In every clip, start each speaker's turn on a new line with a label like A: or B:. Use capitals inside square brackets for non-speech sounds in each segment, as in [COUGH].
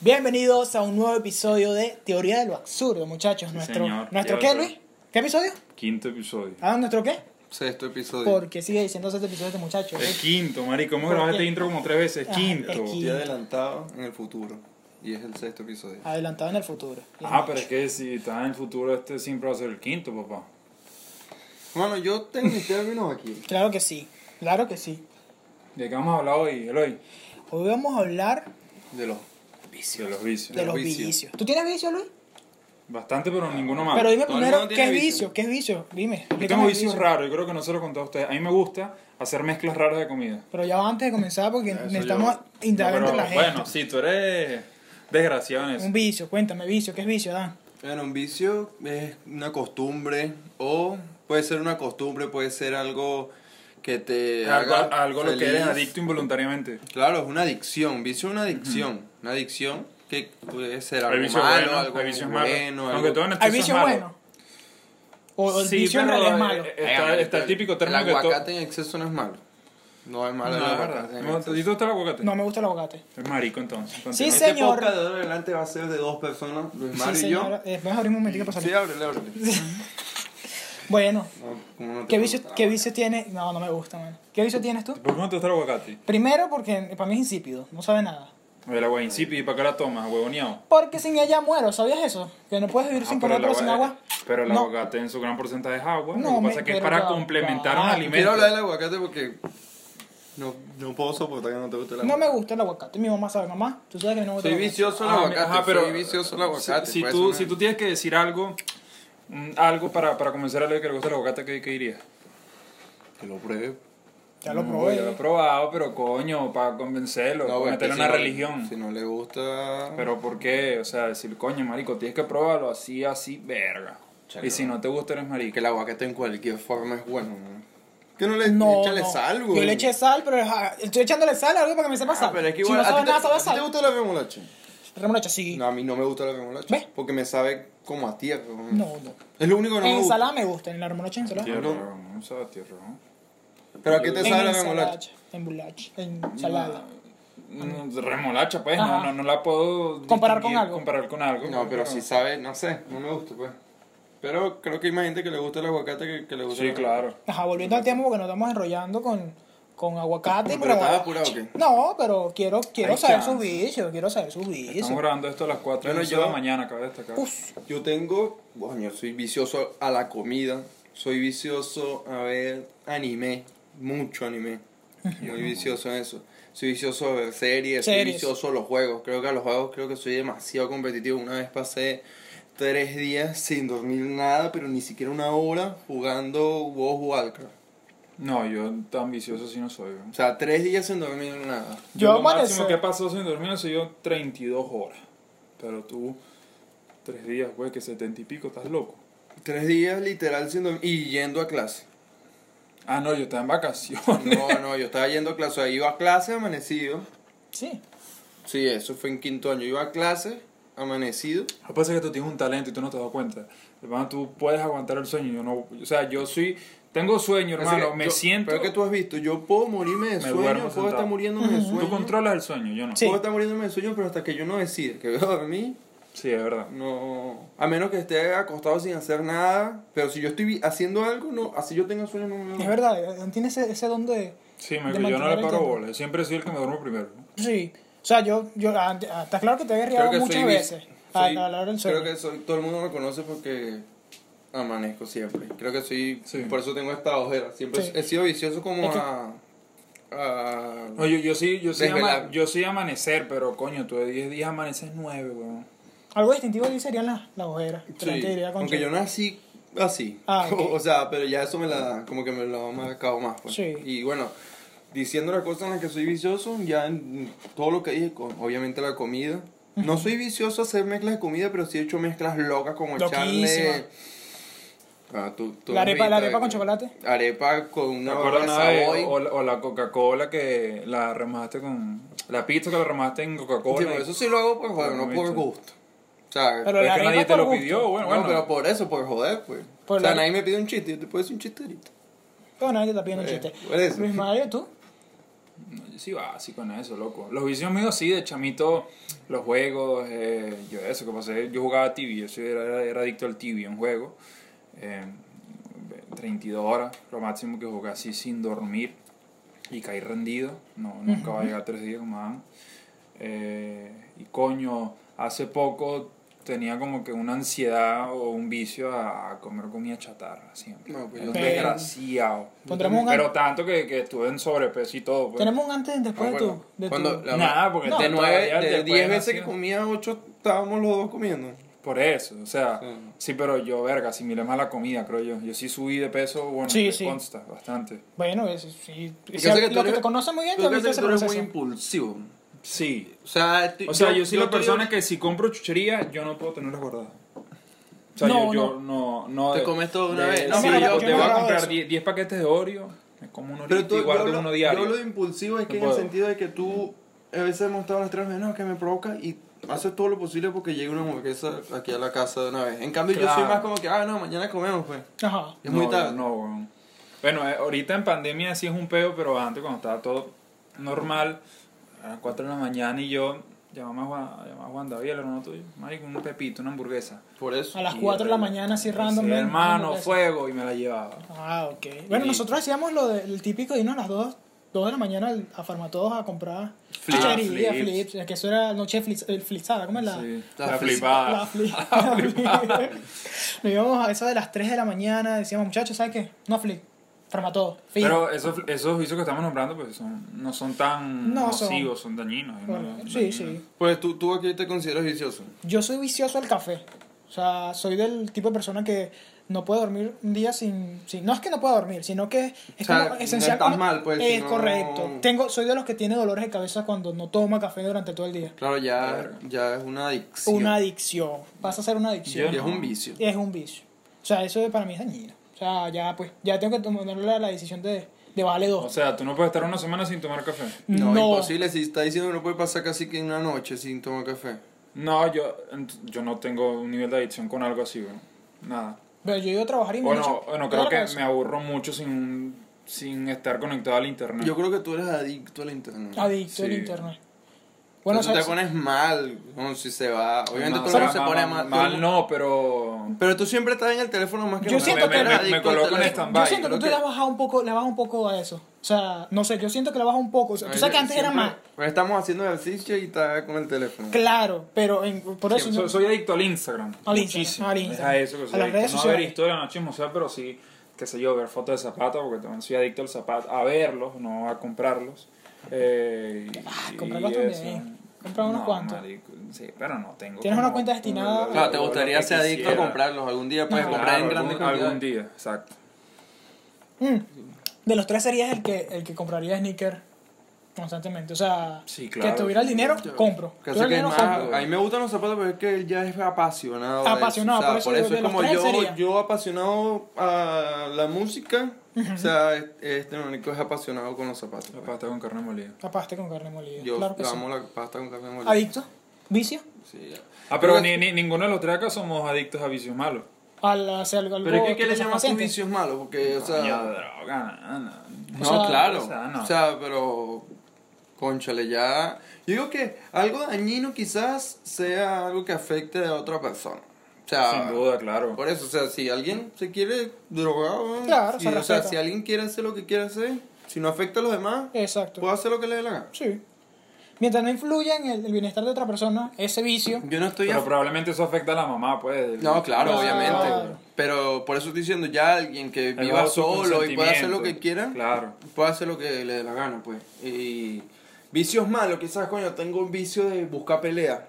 A: Bienvenidos a un nuevo episodio de Teoría de lo Absurdo, muchachos.
B: Sí,
A: nuestro,
B: señor.
A: ¿Nuestro
B: Ya
A: qué,
B: otro.
A: Luis? ¿Qué episodio?
B: Quinto episodio.
A: Ah, ¿nuestro qué?
C: Sexto episodio.
A: Porque sigue diciendo este episodio este muchacho.
B: Es quinto, marico. Hemos
A: ¿Por
B: grabado
A: qué?
B: este intro como tres veces.
A: Ah,
B: Quinto.
A: es quinto.
C: Y adelantado en el futuro. Y es el sexto episodio.
A: Adelantado en el futuro.
B: Ah, pero es que si está en el futuro, este siempre va a ser el quinto, papá.
C: Bueno, yo tengo mis términos aquí.
A: Claro que sí, claro que sí.
B: ¿De qué vamos a hablar hoy, Eloy?
A: Hoy vamos a hablar
C: De los.
B: De los vicios.
A: de los
C: vicios.
A: vicios. ¿Tú tienes vicios, Luis?
B: Bastante, pero ninguno malo. Este
A: pero dime
C: todo el
A: primero,
C: mundo
A: ¿qué
C: tiene
A: es vicio?
C: vicio.
A: ¿Qué es vicio? Dime.
B: Yo
A: explícame
B: tengo
A: el
B: vicios
A: vicio.
B: raros, yo creo que no se lo he contado a ustedes. A mí me gusta hacer mezclas raras de comida.
A: Pero ya va antes de comenzar porque
C: Eso
A: necesitamos
C: yo-
A: indagar
B: No,
A: entre
B: pero,
A: la gente.
B: bueno, sí, tú eres desgraciado en eso.
A: Un vicio, cuéntame, vicio, ¿qué es vicio, Dan?
C: Bueno, un vicio es una costumbre. O puede ser una costumbre, puede ser algo que te.
B: Algo,
C: haga
B: algo lo que
C: feliz.
B: eres adicto involuntariamente.
C: Claro, es una adicción. Vicio es una adicción. Una adicción que puede ser
B: Hay
C: algo
B: vicios
C: malo,
B: buenos,
C: algo
B: hay vicios malos.
C: bueno.
B: Aunque
C: algo-
B: todo en exceso
A: ¿Hay
B: es
A: vicio
B: malo.
A: bueno? ¿O el
B: Sí,
A: vicio en
B: pero,
A: realidad es
B: eh,
A: malo?
B: eh,
C: Ay,
B: Está,
C: marico,
B: está el típico término
C: El
B: que todo-
C: aguacate en exceso no es malo. No es malo
B: No,
C: el
B: es
C: aguacate.
B: verdad.
C: en
B: No, ¿A
C: exceso.
B: ti te gusta el aguacate?
A: No me gusta el aguacate.
B: Es marico, entonces.
A: Sí,
B: Continúa.
A: sí. señor.
C: Este podcast de ahora en adelante va a ser de dos personas, Luis Mario
A: Sí,
C: y yo.
A: señora. Eh, vamos a abrir un momentico para
C: Sí,
A: salir.
C: ábrele, ábrele.
A: [LAUGHS] Bueno,
C: No, ¿cómo no te
A: ¿qué vicio,
C: gusta?
A: ¿qué vicio tiene? No, no me gusta, man. ¿Qué vicio tienes tú?
B: ¿Por qué no te gusta el aguacate?
A: Primero porque para mí es insípido, no sabe nada.
B: El agua insípida, ¿y para qué la tomas, huevoneado?
A: Porque sin ella muero, ¿sabías eso? Que no puedes vivir
B: Ah,
A: sin comer pero sin agua.
B: Pero el
A: No.
B: aguacate en su gran porcentaje es agua.
A: No,
B: lo que
A: me-
B: pasa es que es
A: pero
B: para
A: ya-
B: complementar
A: ya.
B: un
C: Ah, Quiero
B: alimento.
C: hablar del aguacate porque no, no puedo soportar que no te guste el
A: No
C: aguacate.
A: me gusta el aguacate, mi mamá sabe, mamá, tú sabes que no me gusta
C: Soy
A: el aguacate.
C: vicioso al
B: Ah,
C: aguacate,
B: ajá, pero-
C: soy vicioso al aguacate.
B: Si, si
C: pues,
B: tú,
C: una-
B: si tú tienes que decir algo, mm, algo para, para comenzar a leer que le gusta el aguacate, ¿qué, qué dirías?
C: Que lo pruebe.
A: Ya lo
B: No,
A: probé.
B: yo lo he probado, pero coño, para convencerlo, para
C: porque
B: meterle
C: si
B: una
C: Mm, no-
B: religión.
C: Si no le gusta...
B: Pero ¿por qué? O sea, decir, coño, marico, tienes que probarlo así, así, verga.
C: Chale,
B: y si no te gusta, eres marico.
C: Que el aguacate en cualquier forma es bueno, ¿no? Que no le
A: No,
C: échale
A: no.
C: sal, güey.
A: Yo le eché sal, pero ah, estoy echándole sal a algo para que me sepa sal.
C: Ah, pero es que
A: si
C: igual...
A: no
C: ¿a ti
A: sabe
C: te-
A: nada, sabe
C: a
A: a
C: ti te
A: sal.
C: gusta la remolacha?
A: Remolacha, sí.
C: No, a mí no me gusta la remolacha.
A: ¿Ves?
C: Porque me sabe como a tierra.
A: No, no.
C: Es lo único que no
A: en
C: me gusta.
A: ensalada me gusta, en la remolacha en ensalada.
B: Tierra,
C: no.
B: no sabe a tierra, ¿no?
C: ¿Pero a qué te
A: En
C: sabe la
A: ensalada,
C: remolacha?
A: en bulacha, en ensalada.
B: Mm, Remolacha, pues,
A: Ajá.
B: no, no, no la puedo
A: Comparar
B: distinguir,
A: con algo.
B: Comparar con algo.
C: No, pero si sabe, no sé, no me gusta, pues. Pero creo que hay más gente que le gusta el aguacate que, que le gusta
B: Sí,
C: el
B: claro.
A: Ajá, volviendo al tema porque nos estamos enrollando con, con aguacate.
C: Pero estás
A: aguacate-
C: apurado, ¿o qué?
A: No, pero quiero, quiero
B: Hay
A: saber
B: chance.
A: sus vicios, quiero saber sus vicios.
B: Estamos grabando esto a las 4
C: Bueno,
B: de
C: yo-
B: la mañana, acaba de destacar.
A: Uf,
C: Yo tengo, bueno, yo soy vicioso a la comida, soy vicioso a ver anime, mucho anime, muy vicioso en eso. Soy vicioso a ver series, soy
A: Series.
C: vicioso a los juegos, creo que a los juegos creo que soy demasiado competitivo. Una vez pasé tres días sin dormir nada, pero ni siquiera una hora jugando WoW Warcraft.
B: No, yo tan vicioso si no soy. ¿no?
C: O sea, tres días sin dormir nada.
A: Yo
B: lo máximo
A: amanecer-
B: que pasó sin dormir soy yo 32 horas. Pero tú, tres días, güey, que 70 y pico, estás loco.
C: Tres días literal sin dormir y yendo a clase.
B: Ah, no, yo estaba en vacaciones.
C: No, no, yo estaba yendo a clase, o sea, iba a clase amanecido.
A: sí.
C: Sí, eso fue en quinto año. Iba a clase amanecido.
B: Lo que pasa es que tú tienes un talento y tú no te has dado cuenta. Hermano, tú puedes aguantar el sueño. Yo no, o sea, yo soy. Tengo sueño,
C: Así
B: hermano.
C: que
B: me
C: yo-
B: siento.
C: Pero es que tú has visto, yo puedo morirme de
B: Me
C: sueño,
B: duermo
C: puedo
B: sentado.
C: estar muriéndome de
B: Tú
C: sueño.
B: controlas el sueño, yo no.
A: Sí.
C: Puedo estar muriéndome de sueño, pero hasta que yo no decida que voy a dormir,
B: Sí, es verdad.
C: no. A menos que esté acostado sin hacer nada. Pero si yo estoy vi- haciendo algo, no. Así yo tenga sueño, no me
A: Es verdad, Dan tiene ese, ese don de...
B: Sí,
A: de
B: me, yo no
A: mantener
B: le
A: el
B: paro
A: tiempo.
B: bola. Siempre soy el que me duermo primero.
A: Sí, o sea, yo... yo ah, ah, está claro que te he
C: Creo
A: guerreado
C: que
A: muchas
C: soy vi-
A: veces a,
C: soy-
A: a la hora del sueño.
C: Creo que soy, todo el mundo me conoce porque amanezco siempre. Creo que soy,
B: Sí.
C: por eso tengo esta ojera. Siempre
A: Sí.
C: he sido vicioso como
A: Es que-
C: a, a-
B: No, yo, yo sí, yo sí, ama-
C: Desvelar.
B: yo sí amanecer, pero coño, tú de 10 días amaneces 9, weón.
A: Algo distintivo ahí serían las las ojeras.
C: Sí, aunque yo nací así.
A: Ah, ok.
C: [LAUGHS] O sea, pero ya eso me la, como que me lo ha marcado más. Pues.
A: Sí.
C: Y bueno, diciendo las cosas en las que soy vicioso, ya en todo lo que dije, con- obviamente la comida. No soy vicioso a hacer mezclas de comida, pero sí he hecho mezclas locas como
A: Loquísima.
C: echarle... Ah, tú- tú
A: La arepa-
C: has
A: la
C: visto,
A: arepa con
C: eh,
A: chocolate.
C: Arepa con una
B: ¿Te
C: barra
B: acuerdas una vez?
C: de Savoy.
B: O, la- o la Coca-Cola que la remajaste con. La pizza que la remajaste en
C: Sí,
B: Coca-Cola.
C: pero
B: y-
C: eso sí lo hago por joder,
B: Bueno,
C: no por
B: viste.
C: gusto. O sea,
A: Pero
B: Pero
A: la
B: es que
A: arepa
B: nadie te
A: por
B: lo
A: gusto.
B: pidió, bueno,
C: no,
B: bueno.
C: pero por eso, por joder, pues.
A: Por
C: o sea,
A: la-
C: nadie me pide un chiste, yo te puedo decir un chiste ahorita.
A: Bueno, nadie te está pidiendo un
C: Eh,
A: chiste.
C: [LAUGHS] por eso.
A: Luis Mario, ¿tú?
B: No, yo soy básico en eso, loco. Los vicios míos sí, de chamito, los juegos, eh, yo eso, que pasé, yo jugaba tibia, yo soy- era, era- era adicto al tibia en juego. Eh, 32 horas, lo máximo que jugué así sin dormir y caí rendido. No, nunca va a llegar a tres días como Adán. Eh, y coño, hace poco tenía como que una ansiedad o un vicio a, a comer comida chatarra siempre.
C: No, pues
B: Era
C: yo
B: un
A: también.
B: desgraciado.
A: Pondremos un-
B: Pero tanto que, que estuve en sobrepeso y todo. pues.
A: Tenemos un antes y después
C: Ah,
A: de tu-
C: bueno.
A: de tu.
C: Cuando la-
B: Nada, porque
A: No,
C: de
B: todavía
C: nueve, de
B: después
C: diez
B: no
C: veces que
B: hacía-
C: comía ocho estábamos los dos comiendo.
B: Por eso, o sea,
C: Sí.
B: sí, pero yo, verga, asimilé más la comida, creo yo. Yo sí subí de peso, bueno,
A: Sí,
B: me
A: sí.
B: consta bastante.
A: Bueno, es, sí.
C: Yo
A: Si a-
C: sé que tú
A: lo que
C: eres-
A: te conoce muy bien,
C: Tú
A: ya
C: crees
A: viste
C: que
A: ese
C: tú eres muy
A: proceso.
C: impulsivo.
B: Sí.
C: O sea, tú-
B: O sea, yo, soy la
C: te digo-
B: persona que si compro chuchería, yo no puedo tenerla guardada. O sea,
A: No,
B: yo, yo no, no.
C: Te
B: de-
C: comes todo de una
B: de-
C: vez.
A: No,
B: sí,
A: mira, yo
B: yo
A: me
B: te voy a
A: grabo
B: comprar
A: eso.
B: 10 10 paquetes de Oreo, me como uno
C: Pero
B: ahorita
C: tú,
B: y
C: yo
B: guardo
C: hablo-
B: uno diario.
C: Yo lo de impulsivo es
B: No
C: que en el
B: puedo.
C: sentido de que tú a veces hemos estado a las tres de no, que me provoca y haces todo lo posible porque llegue una hamburguesa aquí a la casa de una vez. En cambio, yo soy
B: Claro.
C: más como que, ah, no, mañana comemos, pues.
A: Ajá.
C: Es muy
B: No,
C: tarde.
B: No, weón. Bueno, eh, ahorita en pandemia sí es un peo, pero antes cuando estaba todo normal, a las 4 de la mañana y yo llamaba a Juan, llamaba a Juan David, el hermano tuyo, marico, un pepito, una hamburguesa.
C: Por eso.
A: A las
B: Y
A: 4 de la
B: el-
A: mañana, así
B: Sí,
A: random. ven,
B: hermano,
A: hamburguesa.
B: fuego, y me la llevaba.
A: Ah, ok. Bueno,
B: Y-
A: nosotros hacíamos lo del típico de irnos a las 2, 2 de la mañana al- a Farmatodos a comprar
B: Flips.
A: chuchería,
B: Ah, flips.
A: flips. Que eso era noche flips, eh, flipsada, ¿cómo es la?
B: Sí, Ah.
C: la
B: la
C: fli-
A: La
B: flipada. [LAUGHS]
A: flip. la flip. Nos íbamos a eso de las 3 de la mañana, decíamos, muchachos, ¿sabes qué? No flip, Farmatodos. fijo.
B: Pero esos, esos vicios que estamos nombrando pues son, no son tan
A: No, son-
B: nocivos, son, dañinos. ¿no?
A: Bueno,
B: Son
A: sí,
B: dañinos.
A: sí.
C: Pues tú, tú aquí te consideras vicioso.
A: Yo soy vicioso al café. O sea, soy del tipo de persona que no puede dormir un día sin... sin- no es que no pueda dormir, sino que es
C: O sea,
A: como
C: no
A: esencial.
C: estás
A: como-
C: mal, pues,
A: Es
C: si no-
A: correcto. Tengo, soy de los que tiene dolores de cabeza cuando no toma café durante todo el día.
C: Claro, ya,
B: Claro.
C: ya es una adicción.
A: Una adicción. Pasa a ser una adicción.
C: Y es
B: Yo no.
C: un vicio.
A: Es un vicio. O sea, eso para mí es dañino. O sea, ya pues, ya tengo que tomar la, la decisión de, de bajarle dos.
B: O sea, tú no puedes estar una semana sin tomar café.
C: No, imposible. Si está diciendo que no puede pasar casi que una noche sin tomar café.
B: No, yo, ent- yo no tengo un nivel de adicción con algo así, bueno. Nada.
A: Pero yo he ido a trabajar y me han
B: Bueno,
A: hecho- toda
B: bueno, creo
A: la
B: que
A: cabeza.
B: me aburro mucho sin, sin estar conectado al internet.
C: Yo creo que tú eres adicto al internet.
A: Adicto al
B: Sí.
A: internet.
C: Bueno,
A: Bueno,
C: te
A: ¿sabes?
C: pones mal, no, si se va. Obviamente
B: No,
C: todo el
B: o
C: mundo se
B: sea,
C: pone
B: ma-
C: mal.
B: ma-
C: todo
B: Mal
C: el
B: no, pero...
C: Pero tú siempre estás en el teléfono más que
A: Yo
C: nada.
A: siento que-
C: eres
A: me-
B: me
C: adicto al
B: coloco en
C: teléfono.
B: stand-by.
A: Yo
B: Vaya,
A: siento que
C: creo
A: tú
C: que-
A: le has bajado un poco, le has bajado un poco a eso. O sea, no sé, yo siento que le has bajado un poco. O sea, tú
C: Ay,
A: sabes que
C: yo
A: antes era
C: siempre-
A: más.
C: Pero estamos haciendo ejercicio y está con el teléfono.
A: Claro, pero en- por eso.
B: Soy,
A: no-
B: soy adicto al Instagram.
A: Al Instagram,
B: muchísimo.
A: al Instagram.
B: Es a eso que soy
A: A las redes
B: adicto. No a ver
A: sociales.
B: historia, no a chismosear, pero sí, qué sé yo, ver fotos de zapatos, porque también soy adicto al zapato, a verlos, no a comprarlos. Eh, y-
A: Ah,
B: y
A: comprarlos
B: eso.
A: también. Compra unos
B: No,
A: cuantos.
B: marico, sí, pero no tengo.
A: Tienes
B: como-
A: una cuenta destinada-
B: como
C: Claro, te
B: lo
C: gustaría
B: que
C: ser adicto a
B: quisiera.
C: comprarlos algún día, puedes
A: Claro,
C: comprar en
B: Claro,
C: grande
B: algún, algún
C: cantidad.
B: día, exacto.
A: Mm. De los tres serías el que, el que compraría sneaker constantemente. O sea,
B: Sí,
A: que
B: claro.
A: tuviera el dinero,
C: Yo-
A: compro.
C: Que
A: Tuviera
C: sé
A: el
C: que es
A: dinero,
C: más-
A: compro.
C: a mí me gustan los zapatos, pero es que él ya es apasionado. de eso.
A: Apasionado,
C: O sea,
A: por eso de-
C: es
A: de los
C: como
A: tres
C: yo,
A: sería.
C: yo apasionado a la música. O sea, este único es apasionado con los zapatos.
B: La pasta con carne molida.
A: La pasta con carne molida.
C: Yo
A: claro que sí.
C: amo la pasta con café molida.
A: Adicto, vicio,
C: Sí, ya.
B: Ah, pero ni, ni- ninguno de los tres acá somos adictos a vicios malos.
A: al hacer algo.
C: Pero es que ¿qué le
A: los
C: llamas tus
A: pacientes.
C: vicios malos? Porque, o sea...
B: Coño, droga, nada, nada.
C: No,
A: sea,
C: claro.
B: o sea, no.
C: O sea, pero. Conchale, ya. Yo digo que algo dañino quizás sea algo que afecte a otra persona. O sea,
B: Sin duda, claro.
C: por eso, o sea, si alguien se quiere drogar, bueno,
A: Claro,
C: si-
A: se
C: o sea,
A: respeta.
C: si alguien quiere hacer lo que quiere hacer, si no afecta a los demás,
A: Exacto.
C: puede hacer lo que le dé la gana.
A: Sí. Mientras no influya en el, el bienestar de otra persona, ese vicio.
C: Yo no estoy.
B: Pero
C: a-
B: probablemente eso afecta a la mamá, pues.
C: No, claro,
A: Claro.
C: obviamente. Pero por eso estoy diciendo, ya alguien que
B: Él
C: viva
B: bajo su
C: solo y pueda hacer lo que
B: consentimiento.
C: quiera,
B: Claro.
C: puede hacer lo que le dé la gana, pues. Y vicios malos, quizás, coño, tengo un vicio de buscar pelea.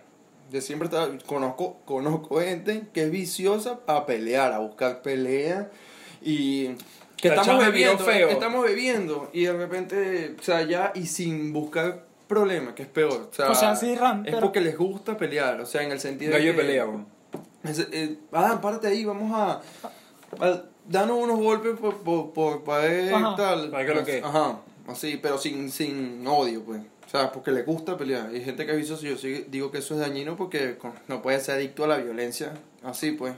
C: De siempre estar- conozco, conozco gente que es viciosa a pelear, a buscar pelea. Y que
B: La
C: estamos
B: chama viró
C: bebiendo,
B: feo.
C: estamos bebiendo y de repente, o sea, ya y sin buscar problema, que es peor. O sea,
A: O sea, sí, Ram,
C: es
A: pero-
C: porque les gusta pelear, o sea, en el sentido
B: Gallo de
C: que-
B: pelea, bro.
C: ese, eh, Adam, párate ahí, vamos a, a- darnos unos golpes por, por, por- para ver
A: Ajá.
C: tal. Pues,
B: Para que lo que-
C: Ajá, así, pero sin, sin odio, pues. O sea, porque le gusta pelear. Hay gente que avisa si yo sí digo que eso es dañino porque con- no puede ser adicto a la violencia. Así, pues.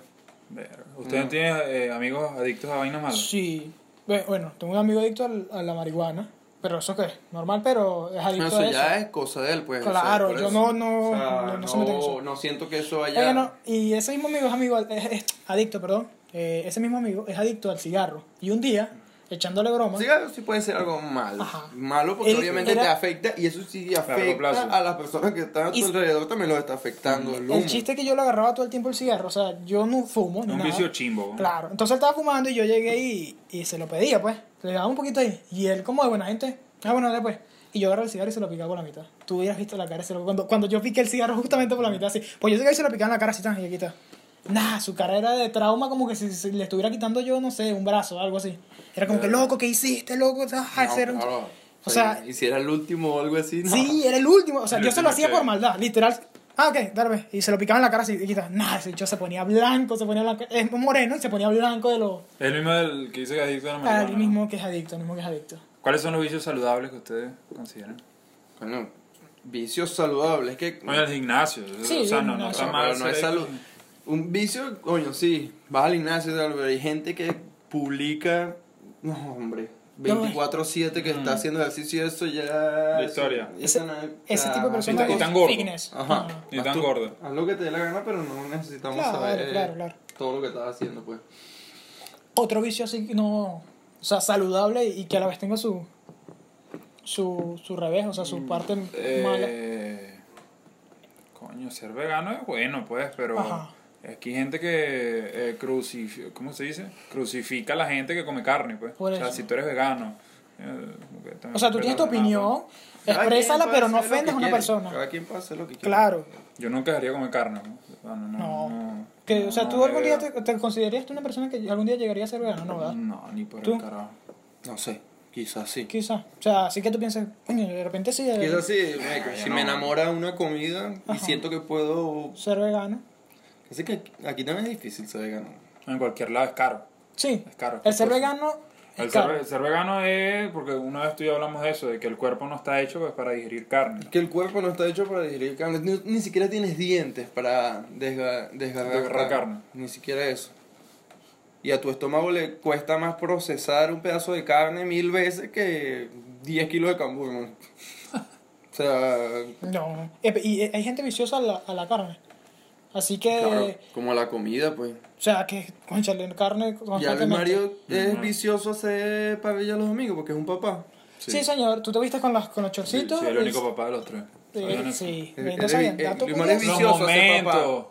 B: Verga. ¿Ustedes tienen eh, amigos adictos a vainas malas?
A: Sí. Bueno, tengo un amigo adicto al- a la marihuana. Pero eso qué, normal, pero es adicto
C: Eso
A: a eso.
C: ya es cosa de él, pues. o sea,
A: Claro,
C: por
A: yo
C: eso.
A: no, no,
C: O sea,
A: no, no se mete en eso.
C: no siento que eso
A: Oye,
C: haya.
A: no, y ese mismo amigo es amigo, al- es- es adicto, perdón. eh, ese mismo amigo es adicto al cigarro. Y un día, echándole broma,
C: Cigarros sí puede ser algo malo.
A: Ajá.
C: Malo porque
A: Él
C: obviamente
A: era-
C: te afecta y eso sí
B: Largo
C: afecta
B: plazo.
C: a las personas que están a tu
A: Y-
C: alrededor también los está afectando. El, humo.
A: el chiste es que yo le agarraba todo el tiempo el cigarro. O sea, yo no fumo ni
B: Un
A: nada.
B: vicio chimbo.
A: Claro, entonces él estaba fumando y yo llegué y, y se lo pedía, pues. Le daba un poquito ahí. Y él, como de buena gente, ah, bueno, dale, pues. Y yo agarré el cigarro y se lo picaba por la mitad. Tú hubieras visto la cara de ese loco. Cuando, cuando yo piqué el cigarro justamente por la mitad, así. Pues yo llegué y se lo picaba en la cara así, tan y aquí está. Nah, su cara era de trauma, como que si, si le estuviera quitando yo, no sé, un brazo o algo así. Era como que, loco, ¿qué hiciste, loco? Ah,
C: No,
A: ser un-
C: claro.
A: O sea-
C: y si era el último o algo así. no.
A: Sí, era el último. O sea,
B: El
A: yo se lo
B: último
A: hacía
B: que-
A: por maldad, literal. Ah, ok, dale. pues. Y se lo picaba en la cara así. Y quita. Nah, ese bicho se ponía blanco, se ponía blanco. Es moreno y se ponía blanco de lo.
B: Es el mismo del que dice que es adicto a la marihuana.
A: Ah, el
B: ¿no?
A: mismo que es adicto, el mismo que es adicto.
B: ¿Cuáles son los vicios saludables que ustedes consideran?
C: Bueno, vicios saludables. Es que.
B: Oye, el gimnasio.
A: Sí,
B: o sea,
A: el
B: no,
A: gimnasio.
B: no está
C: No,
B: mal.
C: pero no es
B: ser-
C: salud. Un vicio, coño, sí. Vas al gimnasio, tal, pero hay gente que publica. No, hombre. 24-7 que está haciendo ejercicio y eso ya.
B: La historia.
A: Mm. Ese,
C: eso no es-
A: ese
C: ah,
A: tipo de personas
B: y
A: es
B: tan gordo.
A: fitness.
C: Ajá.
A: Ah,
B: Ni
C: Haz
B: tan
C: tú-
B: gordo.
C: Haz lo que te dé la gana, pero no necesitamos
A: Claro,
C: saber eh,
A: claro, claro.
C: todo lo que estás haciendo, pues.
A: Otro vicio así, que no. O sea, saludable y que a la vez tenga su. Su, su revés, o sea,
C: Mm.
A: su parte mala.
B: Eh, coño, ser vegano es bueno, pues, pero
A: Ajá.
B: aquí hay gente que eh, crucif- ¿cómo se dice? crucifica a la gente que come carne, pues.
A: Por
B: o sea,
A: eso.
B: si tú eres vegano. eh, como que también
A: O sea, tú tienes tu
B: respetas nada, pues.
A: opinión,
C: Cada quien
A: exprésala,
C: puede
A: pero no
C: hacer lo que
A: ofendas a una
C: quiere.
A: persona.
C: Cada quien puede hacer lo que quiere.
A: Claro.
B: pues. Yo nunca dejaría comer carne. No. No. no,
A: No.
B: no,
A: Que,
B: no,
A: o sea,
B: no
A: tú
B: me
A: algún día
B: veo.
A: te, te considerarías tú una persona que algún día llegaría a ser vegano, ¿no? ¿Verdad?
B: No, ni por el
A: ¿Tú?
B: carajo.
C: No sé, quizás sí.
A: Quizá. O sea, así que tú piensas, coño, de repente sí, de-
C: Quizás sí, marico,
B: ya
C: si
B: no.
C: me enamora una comida y
A: Ajá.
C: siento que puedo.
A: ser vegano.
C: Así que aquí- aquí también es difícil ser vegano.
B: En cualquier lado es caro.
A: Sí.
B: Es caro.
A: El ser
B: Pues,
A: vegano es
B: El
A: caro.
B: ser, ser vegano es, porque una vez tú y yo hablamos de eso, de que el cuerpo no está hecho pues, para digerir carne.
C: Que el cuerpo no está hecho para digerir carne. Ni, ni siquiera tienes dientes para desga- desgarrar
B: Desgarrar carne.
C: Ni siquiera eso. Y a tu estómago le cuesta más procesar un pedazo de carne mil veces que 10 kilos de cambur. ¿no? o sea,
A: No. Eh, Y eh, hay gente viciosa a la, a la carne. Así que,
C: claro, como la comida, pues.
A: o sea, que concharle carne
C: Ya Luis
A: constantemente.
C: Mario es
B: Ujú.
C: vicioso hacer pabella los domingos porque es un papá.
A: Sí. señor. Tú te viste con, las, con los chorcitos.
B: soy el único
A: y-
B: papá de los tres. ¿Sabían
A: eh,
B: eso?
A: Sí.
C: Eh,
A: Entonces,
C: eh,
A: bien,
C: eh,
A: dato
C: Luis Mario es
A: curioso.
B: Los
C: vicioso ese papá.
B: momentos.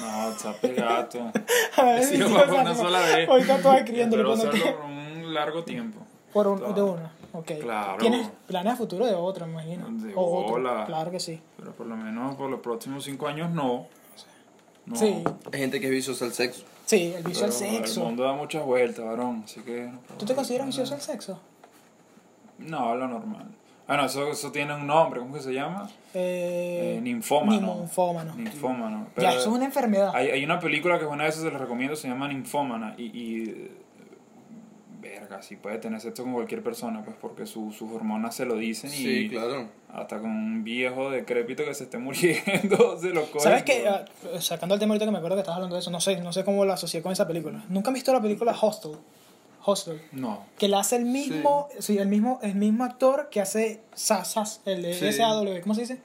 B: No, chape [LAUGHS] gato.
A: [LAUGHS] Ay,
B: He sido
A: sí,
B: papá
A: o sea,
B: una
A: no.
B: sola vez.
A: Ahorita tú escribiéndole.
B: Pero
A: cuando te-
B: hacerlo por un largo tiempo.
A: Por un,
B: Claro.
A: de una, ok.
B: Claro.
A: ¿Tienes planes a futuro de otro, me imagino?
B: De
A: o otro,
B: bola.
A: Claro que sí.
B: Pero por lo menos por los próximos cinco años no. No.
A: Sí,
C: Hay gente que es viciosa al sexo.
A: sí, el vicio
B: Pero
A: al
B: El
A: sexo.
B: mundo da muchas vueltas, varón. Así que.
A: ¿Tú te consideras vicioso al sexo?
B: No, lo normal. Ah, no, eso, eso tiene un nombre. ¿Cómo que se llama?
A: Eh,
B: Eh, ninfómano.
A: ninfómano.
B: Ninfómano. Pero
A: Ya, eso es una enfermedad.
B: hay, hay una película que una vez se les recomiendo, se llama Ninfómana. Y. y eh, verga, sí puede tener sexo con cualquier persona, pues porque su- sus hormonas se lo dicen. y
C: Sí, claro.
B: Hasta con un viejo decrépito que se esté muriendo, [LAUGHS] se lo coge.
A: ¿Sabes qué? Ah, Sacando el tema ahorita que me acuerdo que estabas hablando de eso, no sé, no sé cómo la asocié con esa película. Nunca he visto la película Hostel. Hostel.
B: No.
A: Que la hace el mismo, sí, el mismo, el mismo actor que hace Sasas, el de
C: Sí.
A: SAW, ¿cómo se dice?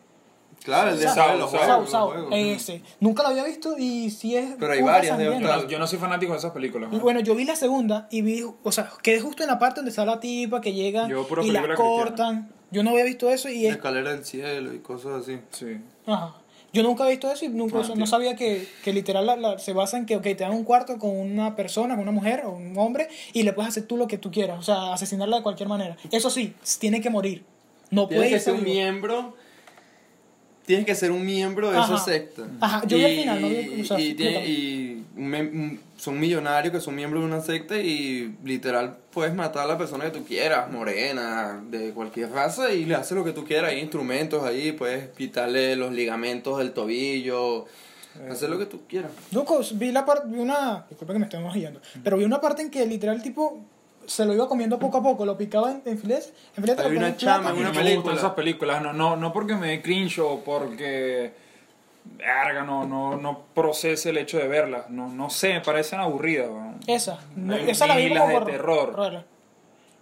C: Claro, el de
A: Sao,
C: saber los
B: Sao,
C: juegos.
A: Sao,
C: los
A: Sao,
C: juegos.
A: ese. Nunca la había visto y sí es.
C: Pero hay
A: pura
C: varias de
A: sangrienta.
B: Yo, no.
C: Claro.
B: yo no soy fanático de esas películas.
A: Y
B: ¿no?
A: bueno, yo vi la segunda y vi, o sea, quedé justo en la parte donde está la tipa que llega
B: Yo pura
A: y la
B: película
A: cortan. Yo no había visto eso y
C: La
A: es,
C: escalera del cielo y cosas así.
B: Sí.
A: ajá. Yo nunca había visto eso y nunca,
B: Ah,
A: o sea, no
B: entiendo.
A: sabía que, que literal la- la- se basa en que, ok, te dan un cuarto con una persona, con una mujer o un hombre y le puedes hacer tú lo que tú quieras, o sea, asesinarla de cualquier manera. Eso sí, tiene que morir. No
C: Tienes
A: puede
C: que
A: irse
C: ser un
A: vivo.
C: miembro. Tienes que ser un miembro de
A: Ajá.
C: esa secta.
A: Ajá, yo vi al final, no vi- o sea,
C: y, tiene-
A: explícame.
C: y me- m- son millonarios que son miembros de una secta y literal puedes matar a la persona que tú quieras, morena, de cualquier raza, y le haces lo que tú quieras. Hay instrumentos ahí, puedes quitarle los ligamentos del tobillo,
B: Eh.
C: hacer lo que tú quieras.
A: Loco, vi la parte, vi una, disculpa que me estoy mojillando, pero vi una parte en que literal el tipo se lo iba comiendo poco a poco, lo picaba en, en filetes, en filetes,
C: Hay
A: lo
C: una
A: ponía en plata.
C: chama,
B: A mí
C: una
B: no me
C: película.
B: gustan esas películas, no, no, no porque me dé cringe o porque verga, no, no, no procese el hecho de verlas. No, no sé, me parecen aburridas. weón.
A: Esa, no,
B: Hay
A: esa la vi
B: milas
A: como
B: de
A: por
B: terror.
A: rara.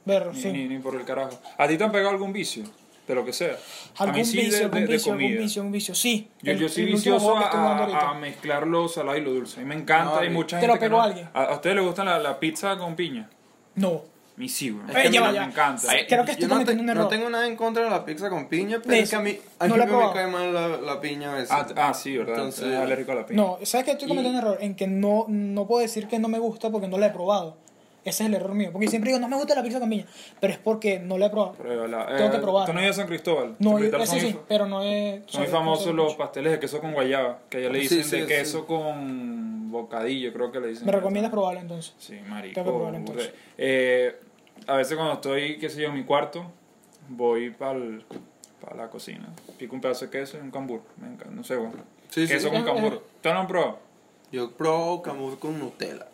A: Ver,
B: Ni,
A: sí.
B: ni- ni por el carajo. ¿A ti te han pegado algún vicio? De lo que sea. a
A: Algún
B: mí sí,
A: vicio,
B: de,
A: algún
B: de- de
A: vicio, algún
B: comida.
A: vicio, algún vicio. Sí.
B: Yo,
A: El-
B: yo soy
A: el último
B: vicioso
A: juego que estoy jugando
B: a, a
A: ahorita.
B: mezclar lo salado y lo dulce. A mí me encanta,
C: No,
B: hay mucha
A: ¿te lo
B: gente que
A: pegó
B: no-
A: alguien?
B: ¿A, a ustedes les gusta la, la pizza con piña?
A: No.
B: Mi sí, güey.
C: Es
A: Eh,
C: que a mí
A: ya
C: no
A: va,
B: me
A: ya.
B: encanta.
A: Sí, Creo que estoy
C: Yo no, te-
A: cometiendo un
C: no
A: error.
C: tengo nada en contra de la pizza con piña, pero
A: De
C: es que
A: eso.
C: a mí, a
A: No
C: mí
A: la he
C: me
A: probado.
C: cae mal la, la piña a veces.
B: Ah, ah, sí, ¿verdad?
C: Entonces-
B: Eres alérgico a la piña.
A: No, ¿sabes que Estoy cometiendo un error en que no, no puedo decir que no me gusta porque no la he probado. Ese es el error mío. Porque siempre digo, no me gusta la pizza con piña. Pero es porque no la he probado.
B: Pruébala. Eh,
A: Tengo que probar.
B: ¿Tú no ibas a San Cristóbal?
A: No,
B: San
A: yo,
B: Cristóbal
A: ese
B: son
A: sí,
B: muy-
A: pero no es...
B: Son muy famosos los pasteles de queso con guayaba, que allá le
C: Sí,
B: dicen
C: sí,
B: de
C: sí.
B: queso con bocadillo, creo que le dicen.
A: Me recomiendas probarlo entonces.
B: Sí, marico.
A: Tengo que probarlo, entonces.
B: Eh, a veces cuando estoy, qué sé yo, en mi cuarto, voy para la cocina. Pico un pedazo de queso y un cambur. Me encanta, no sé, bueno.
C: Sí, sí. Eh,
B: queso con cambur. ¿Tú no has probado?
C: Yo probo camur con Nutella.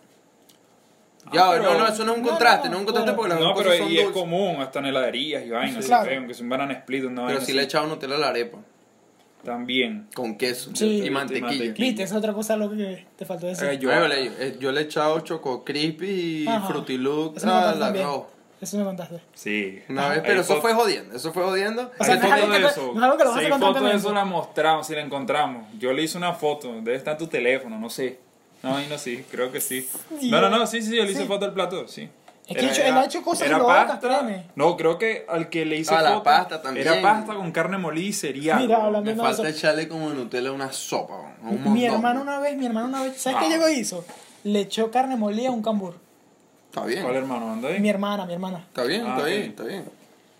C: ya,
B: pero-
C: no, no, eso no es un
A: Ah, No,
C: contraste,
A: no,
C: no, es un contraste
A: pero-
C: porque las
B: No,
C: dos
B: pero
C: cosas son
B: y es
C: dulces.
B: común, hasta en heladerías y vainas,
A: Sí.
B: sí,
A: Claro.
B: aunque son banana split, una
C: Pero
B: vaina
C: si
B: así.
C: le he echado Nutella a la arepa,
B: También.
C: con queso
A: Sí.
C: y mantequilla.
B: mantequilla.
A: Viste, esa es otra cosa lo que te faltó decir.
B: Eh,
C: Yo, Ay, vale, yo- eh, yo le he echado Choco Crispy y
A: Ajá.
C: Fruity Loop
A: Eso me
C: a
A: contaste
C: ah, la
A: también.
C: roja.
A: Eso me contaste.
B: Sí.
C: Una
B: [LAUGHS] Ahí
C: vez, pero eso
B: fo-
C: fue jodiendo, eso fue jodiendo.
A: O sea,
B: hay
A: no es
B: fotos
A: algo
B: de
A: que-
B: eso.
A: no es algo que lo vas a
B: Sí,
A: hacer
B: hay fotos de
A: constantemente.
B: eso la mostramos, si la encontramos. Yo le hice una foto, debe estar en tu teléfono, no sé. No, ahí no sí, creo que sí. No, no, no, sí, sí, yo le hice
A: Sí.
B: foto al plato, sí.
A: Es que él ha hecho cosas
B: era
A: locas,
B: pasta.
A: créeme.
B: No, creo que al que le hice
C: Ah, la
B: foto
C: pasta también.
B: era pasta con carne molida y cereal.
A: Mira,
B: güey.
A: hablando-
C: Me
A: No,
C: falta
A: eso-
C: echarle como Nutella una sopa, un montón.
A: Mi hermano una vez, mi hermano una vez, ¿sabes qué
B: Ah.
A: llegó y hizo? Le echó carne molida a un cambur.
C: Está bien,
B: ¿Cuál hermano anda ahí?
A: Mi hermana, mi hermana.
C: está bien,
B: Ah,
C: está
B: ok.
C: bien, está bien.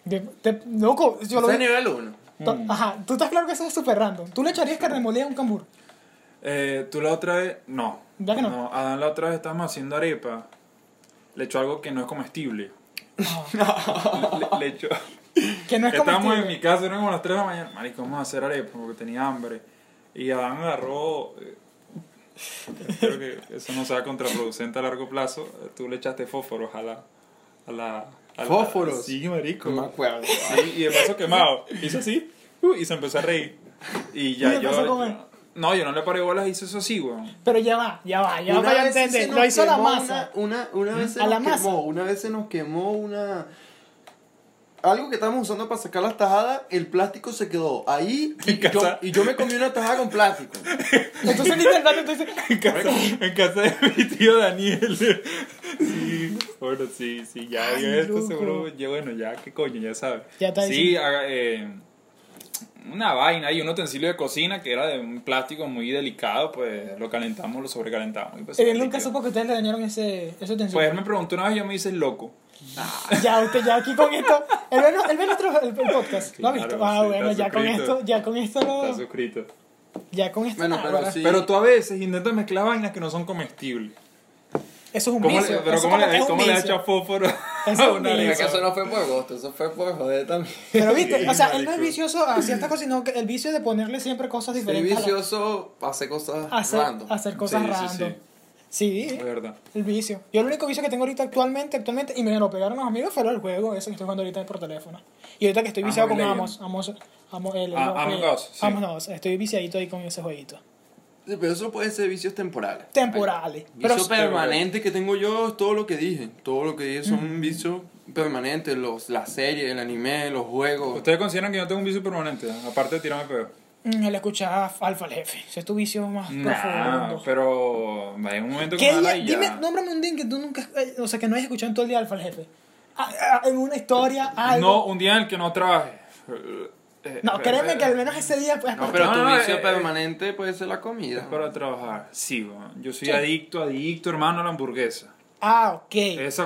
A: De- te- loco, yo lo
C: Ese es
A: vi.
C: nivel 1.
A: to-
B: Mm.
A: Ajá, tú estás claro que eso es súper random. ¿Tú le echarías carne molida a un
B: [LAUGHS]
A: cambur?
B: Eh, tú la otra vez. No.
A: ¿Ya que no?
B: Adán la otra vez estábamos haciendo arepa. Le echó algo que no
A: [LAUGHS]
B: es comestible. Le- le echó.
A: Ah, Que no es
B: Estábamos en
A: comestible.
B: mi casa, eran como las 3 de la mañana. Marico, vamos a hacer arepa porque tenía hambre. Y Adán agarró. eh, Espero que eso no sea contraproducente a largo plazo. eh, Tú le echaste fósforos a la. A la a la-
C: ¿Fósforos?
B: Sí, marico.
C: No me acuerdo.
B: Sí, y de paso quemado. Hizo así. uh, y se empezó a reír. Y
A: Y
B: ya
A: empezó a
B: yo.
A: comer.
B: yo- no, yo no le paré bolas, hizo eso así, weón.
A: Pero ya va, ya va, ya
C: Una
A: va, ya
C: vez sí se
A: entendés.
C: nos
A: Lo hizo la
C: quemó
A: masa.
C: Una, una, una vez se
A: A
C: nos
A: la masa.
C: quemó, una vez se nos quemó una... Algo que estábamos usando para sacar las tajadas, el plástico se quedó ahí y,
B: En
C: yo,
B: casa.
C: y yo me comí una tajada
B: [LAUGHS]
C: con plástico.
A: Entonces, literalmente, entonces,
B: En casa, en casa de mi tío Daniel. Sí, bueno, sí, sí, ya
A: Ay,
B: ya esto
A: loco.
B: seguro. Ya, bueno, ya, qué coño, ya sabes.
A: Ya está
B: Sí,
A: diciendo.
B: haga- eh, una vaina y un utensilio de cocina que era de un plástico muy delicado, pues lo calentamos, lo sobrecalentamos. Y pues,
A: él
B: se
A: nunca
B: líquido.
A: supo que ustedes le dañaron ese, ese utensilio.
B: Pues él me preguntó una vez y yo me hice el loco.
A: Ya, usted ya aquí con esto. Él ve, él ve nuestro el, el podcast. ¿Lo ha visto?
B: Claro,
A: ah,
B: sí,
A: bueno,
B: está
A: ya con
B: suscrito.
A: esto, ya con esto
B: Está
A: lo.
B: suscrito.
A: Ya con esto.
C: Bueno,
A: ah,
C: pero
A: bueno.
C: sí.
B: Pero tú a veces intentas mezclar vainas que no son comestibles.
A: Eso es un
B: ¿Cómo le-
A: vicio.
B: pero
A: eso
B: ¿cómo
A: como que
B: le,
A: es un
B: ¿cómo le
A: vicio.
B: echa fósforo
A: Es
B: a
A: un
B: una
A: vicio.
B: arepa?
A: Es que eso
C: no fue por gusto, eso fue por joder también.
A: Pero viste,
B: [LAUGHS] Sí,
A: o sea, él no es
B: marico.
A: vicioso a ciertas cosas, sino que el vicio de ponerle siempre cosas
C: Soy
A: diferentes. a la-
C: vicioso, hace cosas
A: hacer,
C: random.
A: hacer cosas
B: Sí, sí,
A: random. Sí,
B: Es verdad.
A: el vicio. Yo el único vicio que tengo ahorita actualmente, actualmente, y me lo pegaron los amigos, fue el juego ese que estoy jugando ahorita por teléfono. Y ahorita que estoy
B: Ah,
A: viciado con
B: Mobile
A: Amos, Amos, Amos, el,
B: Ah,
A: no,
B: Among
A: eh,
B: Us, sí.
A: Among Us. estoy viciadito ahí con ese jueguito.
C: Sí, pero eso puede ser vicios temporales.
A: Temporales.
C: Vicio
A: Pero-
C: permanente que tengo yo es todo lo que dije. Todo lo que dije son vicios permanentes. Los, la serie, el anime, los juegos.
B: ¿Ustedes consideran que yo tengo un vicio permanente? Aparte de tirarme pedo.
A: Mm, El escuchar alfa al jefe, ese es tu vicio más
B: Nah,
A: profundo.
B: pero hay un momento que
A: ¿Qué
B: me da
A: día?
B: la
A: Dime,
B: illa.
A: nómbrame un día en que tú nunca, eh, o sea, que no hayas escuchado en todo el día alfa al jefe. Ah, ah, En una historia, algo.
B: No, un día en el que no trabaje. Eh,
A: No,
B: eh,
A: créeme
B: eh,
A: que al menos ese día pues,
C: No, pero
B: No,
C: tu
B: no,
C: vicio
B: eh,
C: permanente puede ser la
B: Es
C: comida.
B: para trabajar. Sí, weón. yo soy adicto, adicto, hermano, a la hamburguesa.
A: Ah, ok.
B: Esa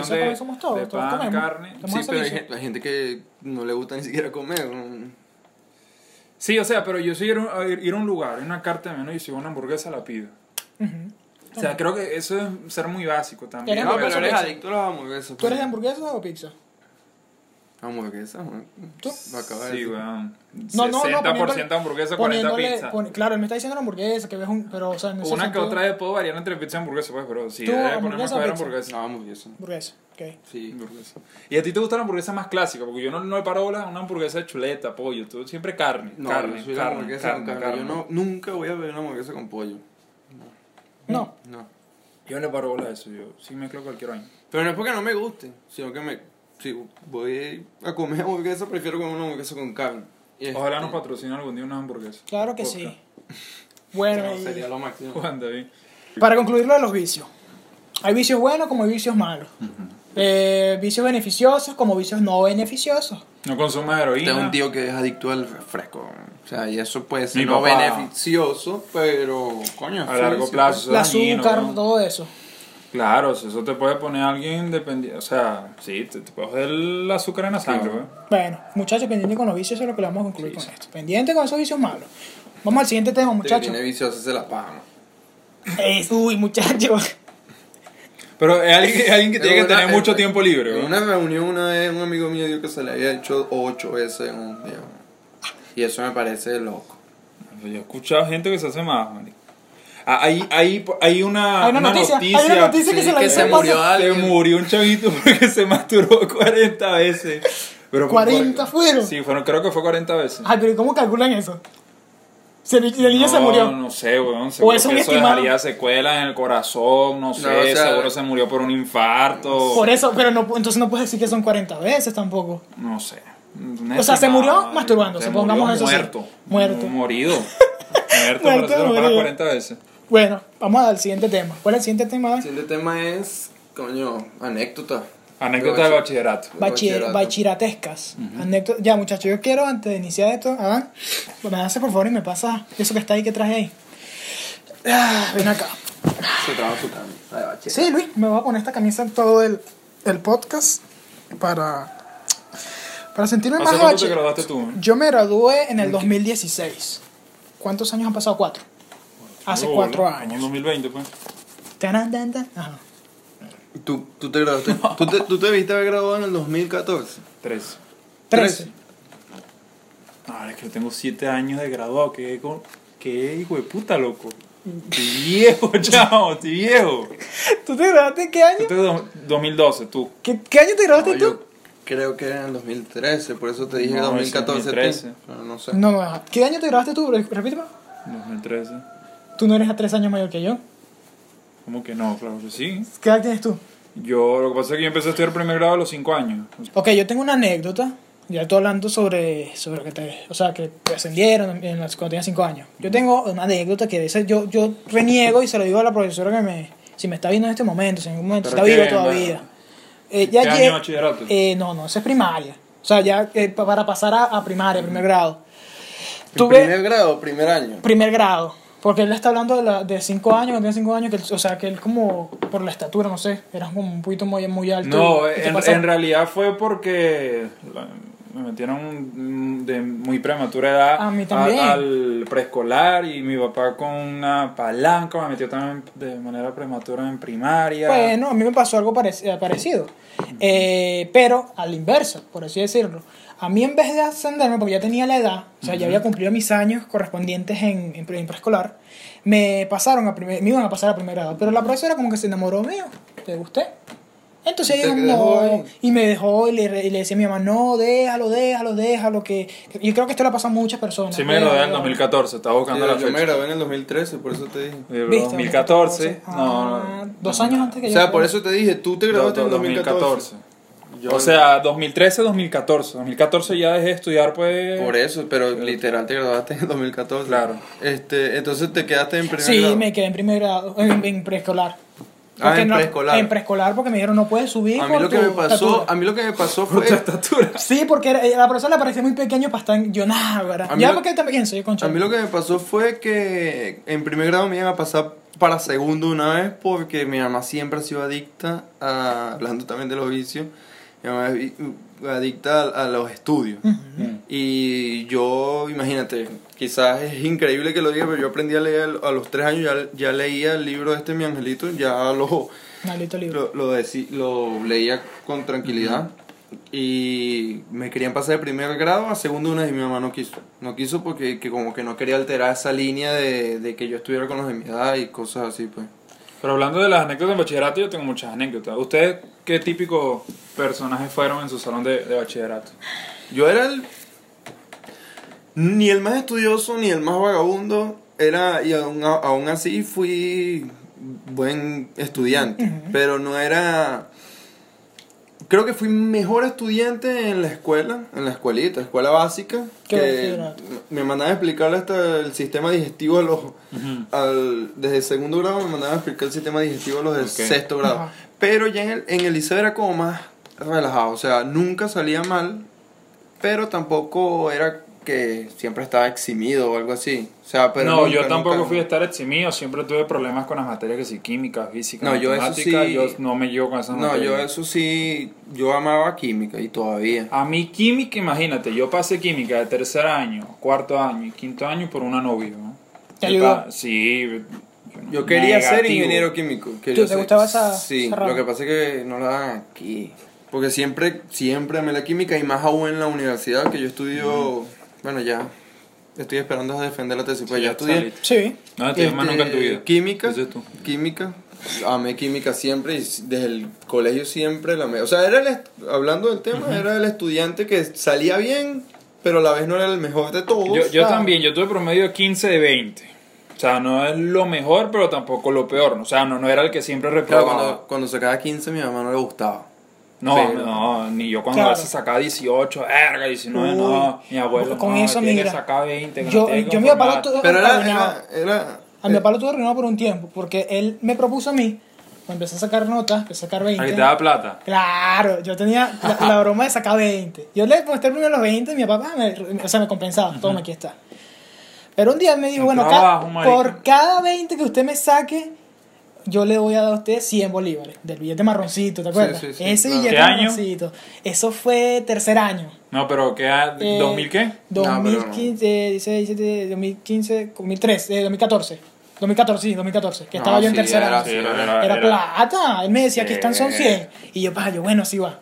A: Porque nosotros
B: de,
A: también somos todos,
B: de
A: todos
B: pan,
A: comemos.
B: carne.
A: Somos-
C: Sí,
A: ese
C: pero hay
A: vicio.
C: gente, hay gente que no le gusta ni siquiera comer. ¿no?
B: Sí, o sea, pero yo soy ir a un- a ir, ir a un lugar, una carta de menú y si veo una hamburguesa la pido.
A: Ujú.
B: O sea, creo que eso es ser muy básico también.
A: Eres
C: No,
A: hamburguesa,
C: pero eres
A: pizza.
C: adicto a las hamburguesas. pues.
A: ¿Tú eres de hamburguesas o pizza?
C: Hamburguesas, ¿no?
A: ¿Tú?
C: Lo acabas de
B: Sí,
C: decir.
B: weón.
A: No, no, no.
B: 60%
A: poniéndole-
B: hamburguesa, 40
A: poniéndole-
B: pizza.
A: pon- claro, él me está diciendo una hamburguesa, que ves un... Pero, o sea, en ese
B: Una que
A: sentido-
B: otra vez puedo variar entre pizza y hamburguesa, pues, pero si
A: ¿Tú,
B: debe ponerme a
A: hamburguesa o
B: comer
A: pizza?
B: hamburguesa.
C: No, hamburguesas.
A: Hamburguesa, ok.
C: Sí.
B: Hamburguesa. ¿Y a ti te gusta la hamburguesa más clásica? Porque yo no, no le paro bola a una hamburguesa de chuleta, pollo, tú siempre carne,
C: No,
B: carne,
C: yo soy de
B: carne,
C: hamburguesa
B: carne,
C: con carne.
B: carne.
C: Yo no, nunca voy a ver una hamburguesa con pollo.
A: No.
C: No.
B: Yo no le paro bola a eso, yo sí mezclo cualquier año.
C: Pero no es porque no me guste, sino que me si voy a comer hamburguesa, prefiero comer una hamburguesa con carne. Este,
B: Ojalá nos patrocine algún día una hamburguesa.
A: Claro que
C: [LAUGHS]
A: sí. Bueno,
C: no,
A: y-
C: sería lo máximo.
B: [LAUGHS] Juan David.
A: Para concluir lo de los vicios. Hay vicios buenos como hay vicios malos. Eh, vicios beneficiosos como vicios no beneficiosos.
B: No consumas heroína.
C: Tengo un tío que Este es adicto al refresco. O sea, y eso puede ser
B: Mi
C: no
B: papá.
C: beneficioso, pero coño.
B: A largo
C: sí,
B: plazo.
A: El
B: dañino,
A: azúcar,
B: ¿no?
A: todo eso.
B: Claro, o sea, eso te puede poner a alguien dependiente. O sea, sí, te, te puede joder el azúcar en la sangre.
C: Claro.
B: ¿eh?
A: Bueno, muchachos, pendiente con los vicios, eso es lo que le vamos a concluir con esto. Pendiente con esos vicios malos. Vamos al siguiente tema,
C: sí. El que
A: muchachos.
C: tiene vicioso se la
B: [LAUGHS]
C: paga. ¿no?
A: Es- uy, muchachos.
B: Pero es alguien, es alguien que tiene que
C: En una-
B: tener mucho
C: en-
B: tiempo libre.
C: En
B: ¿eh?
C: una reunión una vez un amigo mío dijo que se le había hecho ocho veces en un día. ¿no? Y eso me parece loco.
B: Pues Yo he escuchado gente que se hace más, marico. Ah, Hay, hay, hay una,
A: Hay una noticia, hay una noticia que
C: Ah, Sí,
A: se la
C: que
A: hizo
C: se
A: en
C: murió
A: paso.
B: Se
C: alguien.
B: murió un chavito [LAUGHS] porque se masturbó 40 veces. Pero fue
A: 40 fueron.
B: Sí, fueron, creo que fue 40 veces.
A: Ay, pero ¿y cómo calculan eso? Si el, el niño se murió.
B: No sé, weón.
A: O
B: Seguro
A: es un
B: que eso
A: estimado.
B: dejaría secuelas en el corazón, no sé.
C: o sea,
B: seguro se murió por un infarto.
A: Por eso, pero no, entonces no puedes decir que son 40 veces tampoco.
B: No sé.
A: O sea, se murió masturbando, supongamos eso sí.
B: Muerto.
A: Muerto. [LAUGHS]
B: Morido. muerto,
A: Muerto,
B: pero se lo para
A: morido.
B: 40 veces.
A: Bueno, vamos al siguiente tema. ¿Cuál es el siguiente tema?
C: El siguiente tema es, coño, anécdota.
B: Anécdota
C: Yo-
B: del bachillerato.
A: Bachiller- Bachiratescas. Anécdota- Ya, muchachos, yo quiero antes de iniciar esto, Adán, me hace por favor y me pasa eso que está ahí que traje ahí. Ah, ven acá.
C: Se trajo su camisa de bachillerato.
A: Sí, Luis, me voy a poner esta camisa en todo el, el podcast para, para sentirme
B: ¿Hace
A: más
B: cuánto te
A: bache.
B: graduaste tú? eh?
A: Yo me gradué en el 2016. ¿Cuántos años han pasado? Cuatro. Hace
B: Oh,
A: cuatro
B: boludo, En
A: años.
B: 2020, pues.
A: Tan, tan, tan. Ajá.
C: ¿Tú, tú
B: [LAUGHS]
C: te graduaste? ¿Tú, te, ¿Tú te viste haber graduado en el 2014?
B: Tres.
A: Trece.
B: Ahora es que yo tengo siete años de graduado. ¿Qué, con- qué hijo de puta, loco? Estoy viejo, [LAUGHS] chao, estoy viejo.
A: ¿Tú te graduaste en qué año?
B: Yo tengo do- 2012, tú.
A: ¿Qué, qué año te graduaste
C: No,
A: tú?
C: yo creo que era en el 2013, por eso te dije
B: No, es
C: 2014. tú.
B: 2013.
C: Pero no sé.
A: No, no, ajá. ¿qué año te graduaste tú? Repíteme.
B: 2013.
A: Tú no eres a tres años mayor que yo.
B: ¿Cómo que no? Claro que sí.
A: ¿Qué edad tienes tú?
B: Yo, lo que pasa es que yo empecé a estudiar primer grado a los cinco años.
A: Ok, yo tengo una anécdota. Ya estoy hablando sobre, sobre que te, o sea, que te ascendieron en las, cuando tenías 5 años. Yo tengo una anécdota que a veces yo, yo reniego y se lo digo a la profesora que me, si me está viendo en este momento, si en algún momento
B: Pero
A: está
B: qué,
A: vivo
B: bueno.
A: todavía. Eh,
B: ¿Qué año
A: lle-
B: de bachillerato?
A: Eh, no, no, eso es primaria. O sea, ya eh, pa- para pasar a, a primaria, primer grado. Tuve
C: ¿Primer grado primer año?
A: primer grado. Porque él está hablando de, la, de cinco años, cuando tenía cinco años, que él- o sea, que él como, por la estatura, no sé, era como un poquito muy, muy alto.
B: No,
A: y- y te
B: en,
A: pasa-
B: en realidad fue porque la- me metieron mm, de muy prematura edad
A: A mí también.
B: al preescolar y mi papá con una palanca me metió también de manera prematura en primaria.
A: Bueno, a mí me pasó algo parec- eh, parecido, Eh, pero al inverso, por así decirlo. A mí en vez de ascenderme, porque ya tenía la edad, o sea, ya había cumplido mis años correspondientes en, en pre- en preescolar, me pasaron a primer, me iban a pasar a primer grado, pero la profesora como que se enamoró mío, le gusté. Entonces
C: Te
A: ella dijo,
C: dejó
A: "No",
C: ahí.
A: y me dejó y le, re- y le decía a mi mamá, no, déjalo, déjalo, déjalo, que yo creo que esto le ha pasado a muchas personas.
B: sí me gradué en
A: Déjalo.
B: 2014, estaba
C: Sí,
B: buscando la
C: yo me
B: fecha.
C: gradué en el 2013, por eso te dije.
B: Pero
A: ¿Viste?
B: 2014,
A: Ah,
B: no, no,
A: Dos años antes que
C: O
A: yo.
C: sea, por eso te dije, tú te graduaste en
B: do-
C: el 2014. Yo-
B: O sea, 2013, 2014. 2014 ya dejé de estudiar, pues.
C: Por eso, pero literal te graduaste en el 2014.
B: Claro.
C: Este, entonces te quedaste en primer
A: Sí,
C: grado.
A: me quedé en primer grado, en, en preescolar.
C: Ah,
A: Porque
C: en
A: no-
C: preescolar.
A: En preescolar porque me dijeron no puedes subir.
C: A mí
A: por
C: lo que
A: tu
C: me pasó,
A: estatura".
C: a mí lo que me pasó
B: Por tu
C: fue
B: estatura.
A: Sí, porque era- la persona le parecía muy pequeño para estar en... Yo nada, ¿verdad?
C: A mí
A: Ya
C: lo-
A: porque también soy concha.
C: a mí lo que me pasó fue que en primer grado me iban a pasar para segundo una vez porque mi mamá siempre ha sido adicta a hablando también de los vicios. Mi mamá es vi- adicta a, a los estudios. Y yo, imagínate, quizás es increíble que lo diga, pero yo aprendí a leer a los tres años, ya, ya leía el libro este, mi angelito, ya lo,
A: Maldito libro.
C: lo, lo, decí- lo leía con tranquilidad. Y me querían pasar de primer grado a segundo una y mi mamá no quiso. No quiso porque que como que no quería alterar esa línea de, de que yo estuviera con los de mi edad y cosas así, pues.
B: Pero hablando de las anécdotas de bachillerato, yo tengo muchas anécdotas. ¿Ustedes qué típicos personajes fueron en su salón de, de bachillerato?
C: Yo era el... Ni el más estudioso ni el más vagabundo. Era, y aún, aún así fui buen estudiante. Pero no era... Creo que fui mejor estudiante en la escuela, en la escuelita, escuela básica,
A: Qué
C: que
A: bueno.
C: me mandaban a explicarle hasta el sistema digestivo a los, al- desde segundo grado me mandaban a explicar el sistema digestivo a los de
B: Ok.
C: sexto grado.
A: Ajá.
C: Pero ya en el, en el liceo era como más relajado, o sea, nunca salía mal, pero tampoco era que siempre estaba eximido o algo así. O sea, pero
B: no,
C: nunca,
B: yo tampoco
C: nunca-
B: fui a estar eximido, siempre tuve problemas con las materias que sí, química, física,
C: No, yo eso
B: matemática,
C: sí-
B: yo no me llevo con esas
C: No,
B: materias.
C: yo eso sí, yo amaba química y todavía.
B: A mí química, imagínate, yo pasé química de tercer año, cuarto año y quinto año por una novia. ¿no?
A: ¿Te
B: De
A: ayudó?
B: pa- Sí. yo no-
C: Yo quería ser
B: negativo.
C: ingeniero químico.
A: ¿Tú
C: quería
A: te
C: ser-
A: gustaba esa-
C: Sí,
A: esa rama?
C: lo que pasa es que no la dan aquí. Porque siempre, siempre amé la química y más aún en la universidad que yo estudio. Bueno, ya estoy esperando a defender la tesis. Pues
B: Mm. Sí,
C: ya
B: ya
C: estudié.
B: saliste.
A: Sí.
B: No, te llamas
C: este,
B: Ah, nunca en tu vida.
C: Química.
B: Ese es tú.
C: Química. Amé química siempre y s- desde el colegio siempre la amé. O sea, era el est- hablando del tema, era el estudiante que salía bien, pero a la vez no era el mejor de todos.
B: Yo, yo
A: Ah.
B: también, yo tuve promedio de 15 de 20. O sea, no es lo mejor, pero tampoco lo peor. O sea, no, no era el que siempre
C: Claro,
B: reprobaba.
C: cuando, cuando sacaba 15 mi mamá no le gustaba.
B: No,
C: Pero-
B: no, ni yo cuando
A: Claro.
B: a veces sacaba 18, verga, 19, no, mi abuelo,
A: Con
B: no,
A: eso,
B: tiene que
A: mira,
B: sacar 20, que
A: yo-
B: no tiene que
A: yo me iba para
B: conformar.
A: otro-
C: Pero era, eh.
A: Arruinado.
C: era, era-
A: A mi papá lo tuve arruinado por un tiempo, porque él me propuso a mí, cuando empecé a sacar notas, empecé a sacar
B: ¿A
A: 20.
B: que te daba plata?
A: Claro, yo tenía la,
B: [LAUGHS]
A: la broma de sacar 20. Yo le mostré primero los 20 y mi papá me, o sea, me compensaba. Toma, aquí está. Pero un día me dijo,
B: Un
A: bueno, ca-
B: trabajo, marico.
A: por cada 20 que usted me saque, yo le voy a dar a usted 100 bolívares. Del billete marroncito, ¿te acuerdas?
C: sí, sí,
A: Ese
C: claro.
A: billete
B: ¿Qué año?
A: marroncito. Eso fue tercer año.
B: No, pero ¿qué? ha-
A: Eh,
B: ¿2000 qué?
C: No, pero no.
A: 2015, 16, 17, 2015, 2003, eh, 2014. 2014, sí, 2014. Que
C: No,
A: estaba yo en
C: sí,
A: tercer
C: era
A: año.
C: así,
B: Sí,
C: era-
A: Era plata. Él me decía, aquí están son
B: Sí.
A: 100. Y yo, pa, yo, bueno, sí va.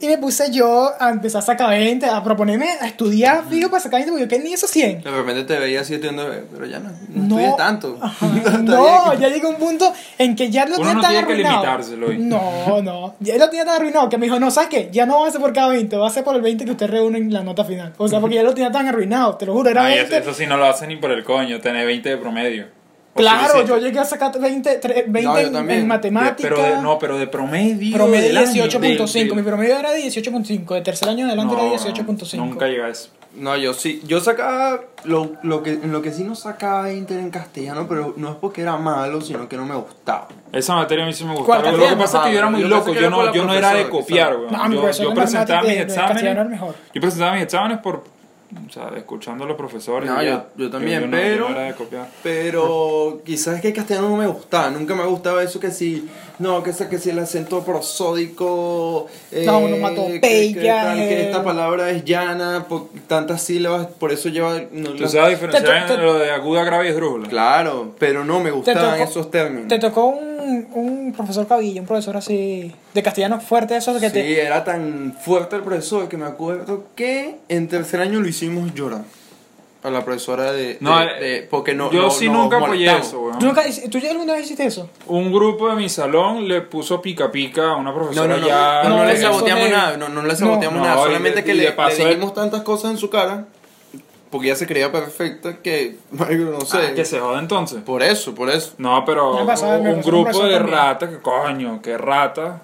A: Y me puse yo a empezar a sacar 20, a proponerme a estudiar fijo para sacar 20, porque yo que ni esos 100.
B: [LAUGHS]
C: De repente te veía así estudiando, eh, pero ya no, no,
A: No.
C: estudias tanto. [LAUGHS]
A: Ajá.
C: Está
A: No,
C: bien.
A: ya llegó un punto en que ya lo
B: Uno
A: tenía
B: no
A: tan
B: tiene que
A: arruinado.
B: limitárselo, ¿eh?
A: No, no. Ya lo tenía tan arruinado que me dijo, no, ¿sabes qué? Ya no va a ser por cada 20, va a ser por el 20 que usted reúne en la nota final. O sea, porque ya lo tenía tan arruinado, te lo juro, era
B: Ay,
A: 20.
B: Ah, eso, eso sí no lo hacen ni por el coño, tener 20 de promedio. O sí lo
A: Claro,
B: hiciste.
A: yo llegué a sacar 20, tre- 20
C: No, yo
A: en,
C: también.
A: en
B: De-
A: matemáticas.
B: pero de, no, pero de promedio. del
A: Promedio
B: año,
A: 18.5.
B: del-
A: Mi
B: del-
A: promedio era 18.5. De tercer año en adelante
B: No,
A: era
B: no,
A: 18.5.
B: Nunca llega a eso.
C: No, yo sí, yo sacaba, lo, lo, que, en lo que sí no sacaba Inter en castellano, pero no es porque era malo, sino que no me gustaba.
B: Esa materia a mí sí me
A: ¿Cuál,
B: gustaba. Lo que
A: castellano?
B: pasa es que yo era muy
C: Yo pensé
B: loco. Yo
C: que era por
B: no,
C: la
B: yo no era de
C: profesora,
B: copiar,
C: quizá.
B: weón.
A: No, mi
B: yo,
A: profesor
B: yo
A: de
B: presentaba mis
A: matemáticas de- de castellano
B: exámenes.
A: era mejor.
B: Yo presentaba mis exámenes por. O sea, escuchando a los profesores.
C: No,
B: y ya.
C: yo- yo también,
B: no- yo
C: pero-
B: no era de copiar.
C: Pero quizás es que el castellano no me gustaba, nunca me gustaba eso que si, no, que, se- que si el acento prosódico, eh,
A: La onomatopeya,
C: que, que tal, que
A: eh.
C: esta palabra es llana, por tantas sílabas, por eso lleva... no,
B: Tú
C: la-
B: sabes diferenciar
A: Te- te-
B: entre lo de aguda, grave y esdrújula.
C: Claro, pero no me gustaban esos términos.
A: te tocó un, un profesor cabilla, un profesor así de castellano fuerte, eso que
C: sí,
A: te.
C: era tan fuerte el profesor que me acuerdo que en tercer año lo hicimos llorar. A la profesora de...
B: No,
C: de-
B: eh,
C: de- porque no...
B: yo
C: no-
B: sí
C: nos
B: nunca apoyé
C: molestamos.
B: eso, weón.
A: ¿Tú, nunca, hici- ¿Tú ya alguna vez hiciste eso?
B: Un grupo de mi salón le puso pica pica a una
C: No,
B: profesora
C: no, no,
B: ya.
C: no, no,
A: no,
C: le
A: eso
C: saboteamos
A: de-
C: nada, no, no le saboteamos
B: No,
C: nada,
B: no, y
C: solamente
B: de-
C: que
B: y de
C: le,
B: paso
C: le
B: él-
C: dijimos tantas cosas en su cara, porque ya se creía perfecta, que, [LAUGHS] marico, no sé,
B: Ah, que se joda entonces.
C: por eso, por eso.
B: No, pero
A: Me ha pasado, me
B: un
A: pasó
B: grupo
A: con
B: de
A: razón
B: ratas, que coño, que rata.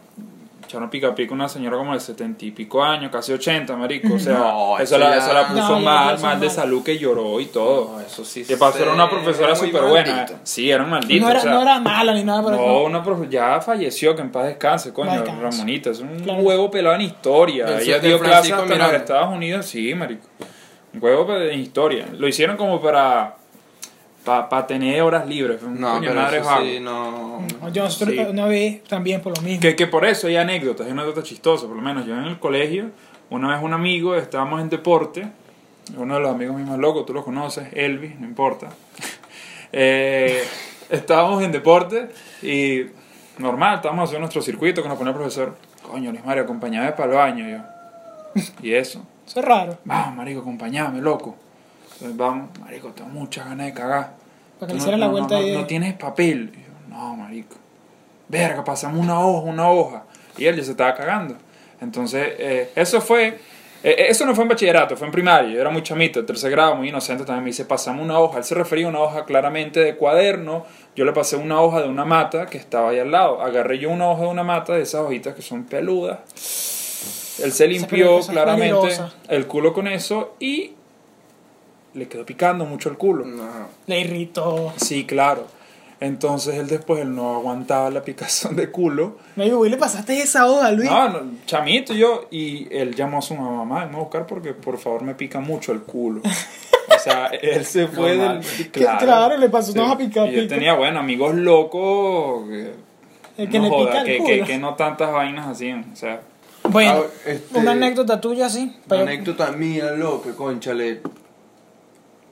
B: Echaron pica pica una señora como de setenta y pico años, casi ochenta, marico. O sea,
C: [LAUGHS] No,
B: eso
C: eso
B: la,
C: ya-
B: eso la puso
A: No, ya
B: mal,
A: puso
B: mal de
A: mal.
B: salud que lloró y todo.
C: No, eso sí
B: Oh, Que pasó,
C: se-
B: era una profesora
C: era muy
B: súper buena.
C: maldito.
B: Sí, era un maldito.
A: no, era,
B: o sea,
A: no era mala ni nada, pero.
B: no, una profe- ya falleció, que en paz descanse, coño,
A: Paz descanse.
B: Ramonita, es un
A: Claro.
B: huevo pelado en historia.
C: Del
B: Ella
C: sur de
B: dio clases hasta
C: Francisco
B: en los
C: Miranda.
B: Estados Unidos, sí, marico. Un huevo pe- en historia. Lo hicieron como para para tener horas libres.
C: No,
B: coño,
C: pero
B: madre
C: eso
B: vago.
C: sí, no...
A: No, yo nosotros
B: Sí.
A: una vez también por lo mismo.
B: Que, que por eso hay anécdotas, hay anécdotas chistosas, por lo menos yo en el colegio, una vez un amigo, estábamos en deporte, uno de los amigos míos más locos, tú lo conoces, Elvis, no importa. [LAUGHS] Eh, estábamos en deporte y normal, estábamos haciendo nuestro circuito que nos pone el profesor, coño Luis Mario, acompañame para el baño yo. [LAUGHS] Y eso,
A: Eso es raro.
B: vamos marico, acompañame, loco. Entonces, vamos, marico, tengo muchas ganas de cagar.
A: Para que
B: Tú
A: le hicieran la vuelta
B: no,
A: ahí.
B: no tienes papel. Y yo, no, marico. Verga, pasamos una hoja, una hoja. Y él ya se estaba cagando. Entonces, eh, eso fue Eh, eso no fue en bachillerato, fue en primaria. Yo era muy chamito, tercer grado, muy inocente. También me dice, pasame una hoja. Él se refería a una hoja claramente de cuaderno. Yo le pasé una hoja de una mata que estaba ahí al lado. Agarré yo una hoja de una mata de esas hojitas que son peludas. Él se limpió
A: peluda es
B: claramente
A: peligrosa.
B: el culo con eso y le quedó picando mucho el culo.
C: No.
A: Le irritó.
B: Sí, claro. Entonces él después él no aguantaba la picazón de culo.
A: Me dijo, güey, le pasaste esa hoja, Luis.
B: No, no, chamito yo. Y él llamó a su mamá, mamá, me a buscar porque por favor me pica mucho el culo.
A: [LAUGHS]
B: O sea, él se fue
C: Normal.
B: del...
A: Que- [LAUGHS] claro, le pasó, "No vas a picar,
B: Y yo
A: pica".
B: tenía, bueno, amigos locos... Que,
A: El que
B: no
A: le
B: joda,
A: pica el
B: que,
A: culo.
B: que- que no tantas vainas hacían. O sea,
A: Bueno,
C: Ah, este-
A: una anécdota tuya, sí.
C: Una
A: pero-
C: anécdota mía, loco, conchale.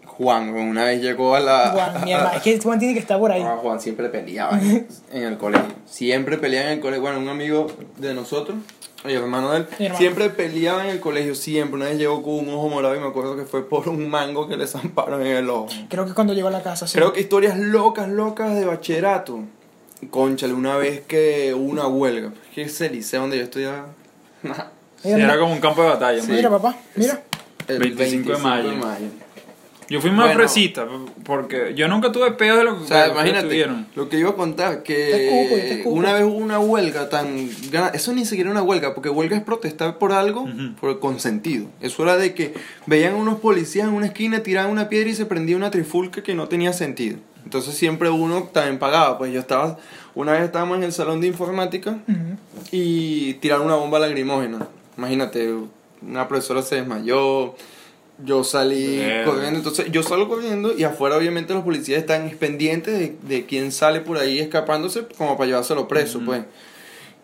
C: Juan, una vez llegó a la. [LAUGHS]
A: Juan, mi hermano, es que Juan tiene que estar por ahí.
C: Ah, Juan siempre peleaba en en el colegio. Siempre peleaba en el colegio. Bueno, un amigo de nosotros, el hermano de él,
A: Mi hermano.
C: siempre peleaba en el colegio. Siempre. Una vez llegó con un ojo morado y me acuerdo que fue por un mango que le zamparon en el ojo.
A: Creo que cuando llegó a la casa, sí.
C: Creo que historias locas, locas de bachillerato. Conchale, una vez que hubo una huelga. Es que ese liceo donde yo estudiaba.
B: sí, era como un campo de batalla.
C: Sí.
A: Mira,
B: marico.
A: papá, mira.
C: El
B: 25 de mayo. Yo fui más
C: Bueno.
B: fresita porque yo nunca tuve pedos de lo que
C: O sea,
B: de lo que
C: imagínate,
B: tuvieron.
C: lo que iba a contar,
A: Te escupo, yo te
C: que
A: escupo.
C: una vez hubo una huelga tan grande, eso ni siquiera era una huelga, porque huelga es protestar por algo, por consentido. Eso era de que veían unos policías en una esquina, tiraban una piedra y se prendía una trifulca que no tenía sentido. Entonces siempre uno también pagaba, pues yo estaba, una vez estábamos en el salón de informática
A: Ujú.
C: y tiraron una bomba lagrimógena. Imagínate, una profesora se desmayó. Yo salí
B: Verga.
C: corriendo, entonces yo salgo corriendo y afuera obviamente los policías están pendientes de, de quién sale por ahí escapándose como para llevárselo preso, pues.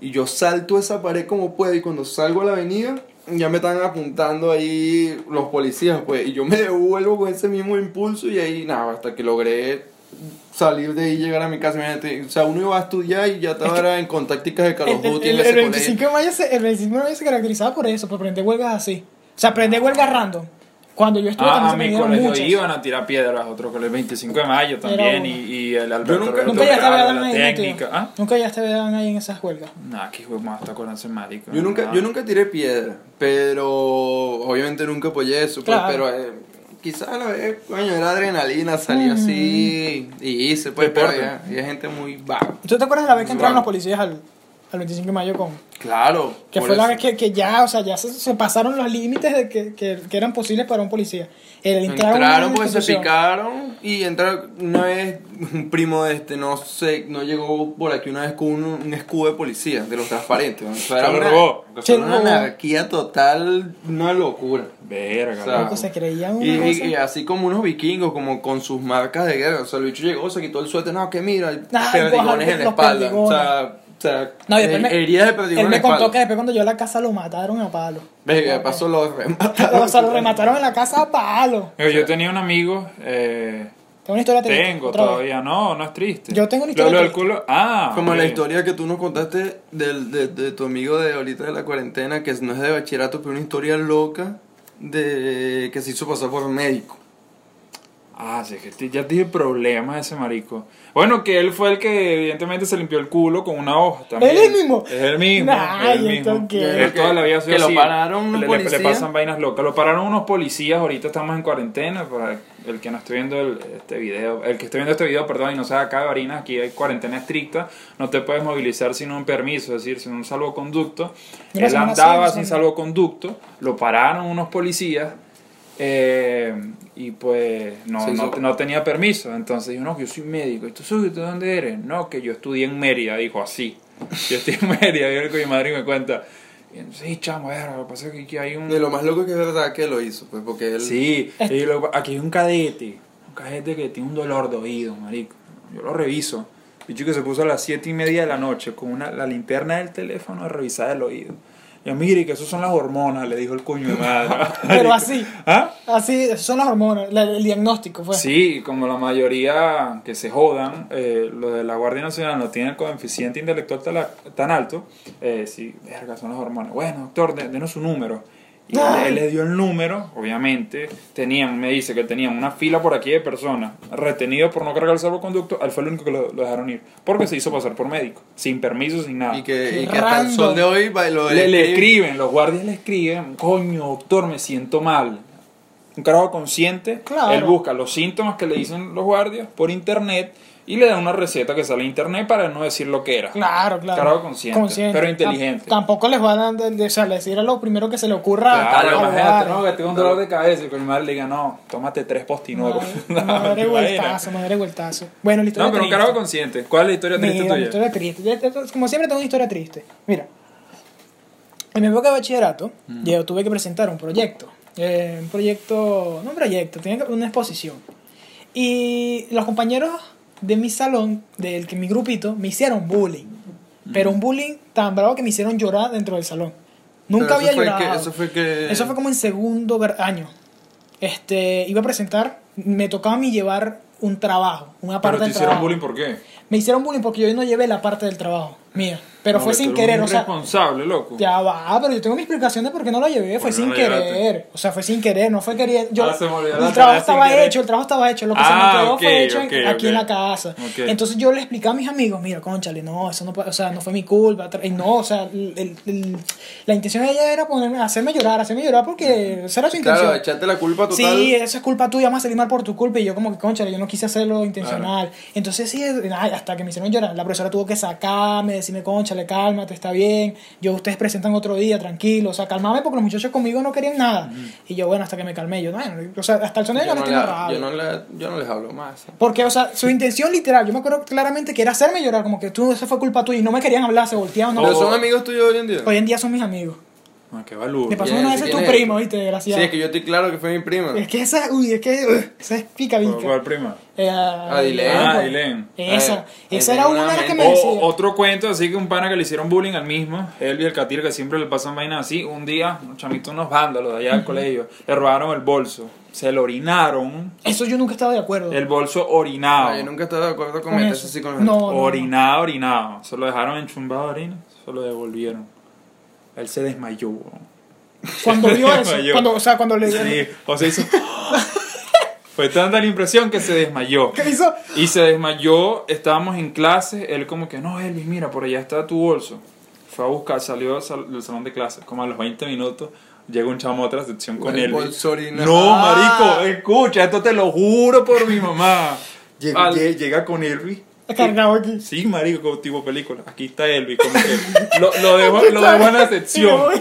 C: Y yo salto esa pared como puedo y cuando salgo a la avenida ya me están apuntando ahí los policías, pues. Y yo me devuelvo con ese mismo impulso y ahí nada, hasta que logré salir de ahí y llegar a mi casa. Imagínate, o sea, uno iba a estudiar y ya estaba era en contacticas de Carlos
A: El, el-
C: Guti en
A: el- el
C: ese
A: 25
C: colegio.
A: de mayo se, el 25 de mayo se caracterizaba por eso, por prender huelgas así. O sea, prender huelgas random. Cuando yo estuve
B: Ah, a
A: también
B: mi
A: se prendieron
B: colegio
A: muchas.
B: iban a tirar piedras, otro colegio, el 25 de mayo también,
A: uno.
B: y, y el Alberto
C: nunca-
B: Roberto
A: Nunca ya te
B: Bravo,
A: vean
B: la
A: ahí, ¿no, tío?
B: técnica. ¿Ah?
A: Nunca ya te vean ahí en esas huelgas.
B: Nah, qué hijo de más está con ese marico.
C: Yo nunca,
B: nah.
C: yo nunca tiré piedra, pero obviamente nunca apoyé eso, pues,
A: Claro.
C: pero eh, quizás a la vez, coño, era adrenalina, salí así y hice, pues, pero
B: Deporte.
C: ya, ya gente muy vaga.
A: ¿Tú te acuerdas de la vez que entraron
C: Wow.
A: los policías al, al 25 de mayo con...
C: Claro.
A: Que
C: por
A: fue la
C: eso.
A: vez que, que ya, o sea, ya se, se pasaron los límites de que, que, que eran posibles para un policía. El entrar a una
C: Entraron porque se
A: institución.
C: picaron y entraron una vez un primo de este, no sé, no llegó por aquí una vez con un, un escudo de policía, de los transparentes. ¿no? O sea,
B: Se
C: era
B: lo
C: una,
B: robó.
C: o sea, era una
A: Se lo robó.
C: anarquía total, una locura.
B: Verga,
C: O sea,
B: loco.
A: Loco, se creían una
C: Y, y-
A: cosa.
C: y así como unos vikingos, como con sus marcas de guerra. O sea, el bicho llegó, se quitó el suéter, no, que mira, hay
A: Ay,
C: perdigones en la
A: los
C: espalda. O
A: perdigones.
C: sea, o sea,
A: No, y después
C: her-
A: me-
C: Eh, heridas de
A: Él
C: perdigones
A: me
C: en la
A: contó que
C: espalda.
A: después cuando llegó a la casa lo mataron a palo.
C: Venga, de paso
A: [LAUGHS]
C: lo remataron.
A: O sea, lo remataron en la casa a palo.
B: Yo, yo tenía un amigo, eh,
A: Tengo una historia triste,
B: tengo
A: otra vez.
B: todavía, no, no es triste.
A: Yo tengo una
B: Lo- lo
A: historia
B: del culo, ah.
C: Como la
B: ok.
C: historia que tú nos contaste del- de, de tu amigo de ahorita de la cuarentena, que no es de bachillerato, pero una historia loca de que se hizo pasar por médico.
B: Ah, sí, que te- ya tiene problemas ese marico. Bueno, que él fue el que evidentemente se limpió el culo con una hoja también.
A: ¿Él es el mismo?
B: Es el mismo.
A: Nah,
B: es el
A: ¿y
B: mismo.
A: esto qué?
B: Él toda la vida ha sido
C: Que lo
B: así.
C: pararon unos
B: le, le- le
C: policías.
B: pasan vainas locas. Lo pararon unos policías, ahorita estamos en cuarentena, para el que no esté viendo el- este video, el que esté viendo este video, perdón, y no sea acá de Barinas, aquí hay cuarentena estricta, no te puedes movilizar sin un permiso, es decir, sin un salvoconducto.
A: Yo la
B: él
A: semana
B: andaba
A: sí,
B: sin
A: sí.
B: salvoconducto, lo pararon unos policías. eh, y pues no,
C: Se
B: no,
C: hizo-
B: no tenía permiso. Entonces dijo, no, que yo soy médico. ¿Y tú, soy- tú dónde eres? No, que yo estudié en Mérida. Dijo, así. Yo estudié en Mérida. Y él con mi madre me cuenta. Y entonces, Sí, chamo, verga, lo que pasa es que aquí hay un...
C: De lo más loco es que es verdad que lo hizo, pues, porque él.
B: Sí, y luego, aquí hay un cadete, un cadete que tiene un dolor de oído, marico. Yo lo reviso. Bicho que se puso a las 7 y media de la noche con una, la linterna del teléfono a revisar el oído. Yo, mire, que eso son las hormonas, le dijo el coño de madre.
A: [LAUGHS] Pero
B: marico.
A: así.
B: ¿Ah?
A: Así, esas son las hormonas. la- el diagnóstico fue.
B: Sí, como la mayoría que se jodan, eh, los de la Guardia Nacional no tienen el coeficiente intelectual tan, la- tan alto. eh, sí, verga, son las hormonas. Bueno, doctor, dé- denos su número. Y él, él le dio el número, obviamente. Tenían, me dice que tenían una fila por aquí de personas retenido por no cargar el salvoconducto. Él fue el único que lo, lo dejaron ir. Porque se hizo pasar por médico, sin permiso, sin nada.
C: Y que, y
A: Qué
C: que hasta el sol de hoy va- lo
B: Le,
A: Este,
B: le
C: escribe.
B: escriben, los guardias le escriben, coño, doctor, me siento mal. Un carajo consciente,
A: Claro.
B: él busca los síntomas que le dicen los guardias por internet y le da una receta que sale en internet para no decir lo que era.
A: Claro, claro.
B: Carajo consciente, pero inteligente.
A: Tam- tampoco les va a dar, de- de- o sea, les dirá lo primero que se le ocurra.
B: Claro,
A: al
B: imagínate,
A: lugar.
B: no, que tengo un dolor de cabeza y que mi madre le diga, no, tómate tres [LAUGHS] postinocos.
A: Madre- Madre
B: Imagina.
A: vueltazo, madre vueltazo. Bueno, la historia
B: No, pero un
A: triste.
B: carajo consciente. ¿Cuál es la historia triste
A: Mira, mi
B: tuya?
A: historia triste. Ya- ya- Como siempre tengo una historia triste. Mira, en mi época de bachillerato, yo tuve que presentar un proyecto. Eh, un proyecto, no un proyecto, tenía que- una exposición. Y los compañeros de mi salón, del que mi grupito, me hicieron bullying. Pero un bullying tan bravo que me hicieron llorar dentro del salón. Nunca
C: Pero
A: había
C: eso fue
A: llorado.
C: que- eso fue que-
A: Eso fue como en segundo ver- año. Este, iba a presentar, me tocaba a mí llevar un trabajo, una parte
B: Pero te
A: del
B: hicieron
A: trabajo.
B: bullying, ¿por qué?
A: Me hicieron bullying porque yo no llevé la parte del trabajo mía. Pero
B: No,
A: fue
B: que tú
A: sin
B: eres
A: querer,
B: un
A: o sea.
B: irresponsable, loco.
A: Ya va, pero yo tengo mi explicación de por qué no lo llevé. Fue
B: Porque
A: sin
B: no lo llevaste.
A: querer. O sea, fue sin querer, no fue queriendo. Yo,
B: Ah, se me olvidó la
A: el
B: tarea
A: trabajo
B: sin
A: estaba
B: querer.
A: hecho, el trabajo estaba hecho. Lo que se
B: Ah,
A: me quedó
B: ok,
A: fue hecho en-
B: ok,
A: aquí en
B: ok.
A: la casa.
B: Ok.
A: Entonces yo le expliqué a mis amigos: mira, conchale, no, eso no, pa- o sea, no fue mi culpa. tra- y No, o sea, el- el- el- la intención de ella era ponerme, hacerme llorar, hacerme llorar porque esa era su intención.
C: Claro, echarte la culpa total.
A: Sí, eso es culpa tuya, vamos a salir mal por tu culpa. Y yo como que, concha, yo no quise hacerlo intencional. Entonces sí, ay, hasta que me hicieron llorar. La profesora tuvo que sacarme, decirme, concha, le cálmate, está bien. Yo, ustedes presentan otro día, tranquilo. O sea, calmame porque los muchachos conmigo no querían nada. Y yo, bueno, hasta que me calmé. Yo, bueno, o sea, hasta el sonido
C: yo,
A: no
C: no
A: le
C: le,
A: tengo
C: ha-
A: rabia.
C: yo, no le- yo no les hablo más.
A: Porque, o sea, su intención literal, yo me acuerdo claramente que era hacerme llorar, como que tú, eso fue culpa tuya y no me querían hablar, se volteaban. No,
C: Pero son amigos tuyos hoy en día.
A: Hoy en día son mis amigos.
B: Ah, qué balurdo.
A: Me pasó
C: bien,
A: una vez
C: sí,
A: es tu
C: bien.
A: primo, viste,
C: Sí,
A: desgraciado.
C: es que yo estoy claro que fue mi prima.
A: Es que esa, uy, es que uh, esa es pica,
B: ¿Cuál-
A: pica.
B: ¿Cuál prima?
A: Eh,
C: Ah, Dilén.
B: Ah,
A: pues.
B: Dilén.
A: Esa.
C: Ah,
A: esa
C: Dilén,
A: era una
C: una
A: de las que me
C: mente.
A: decía.
B: O, otro cuento, así que un pana que le hicieron bullying al mismo, él y el Catir, que siempre le pasan vainas así. Un día, unos chamitos, unos vándalos de allá del colegio, le robaron el bolso, se lo orinaron,
A: Eso yo nunca estaba de acuerdo.
B: el bolso orinado.
C: Ah, yo nunca estaba de acuerdo con,
A: Con
C: meterse
A: eso.
C: así con la
A: No, no, no.
B: orinado, orinado. Se lo dejaron enchumbado de orina, se lo devolvieron. Él se desmayó. weón.
A: Cuando
B: [LAUGHS]
A: vio eso.
B: Mayor.
A: cuando, o sea, cuando le
B: Sí, o sea, hizo. [LAUGHS] Fue tanta la impresión que se desmayó.
A: ¿Qué hizo?
B: Y se desmayó, estábamos en clases, él como que, no, Elvis, mira, por allá está tu bolso. Fue a buscar, salió del sal- del salón de clases, como a los 20 minutos, llega un chamo a otra sección con
C: El
B: Elvis.
C: bolso orinado.
B: No, marico, escucha, esto te lo juro por mi mamá.
C: Llegó-
B: Al- [LAUGHS] llega con Elvis.
A: Cargado aquí.
B: Sí, marico, como tipo película. Aquí está Elvis. Como que lo, lo dejo, lo dejo en la sección.
A: Y me voy.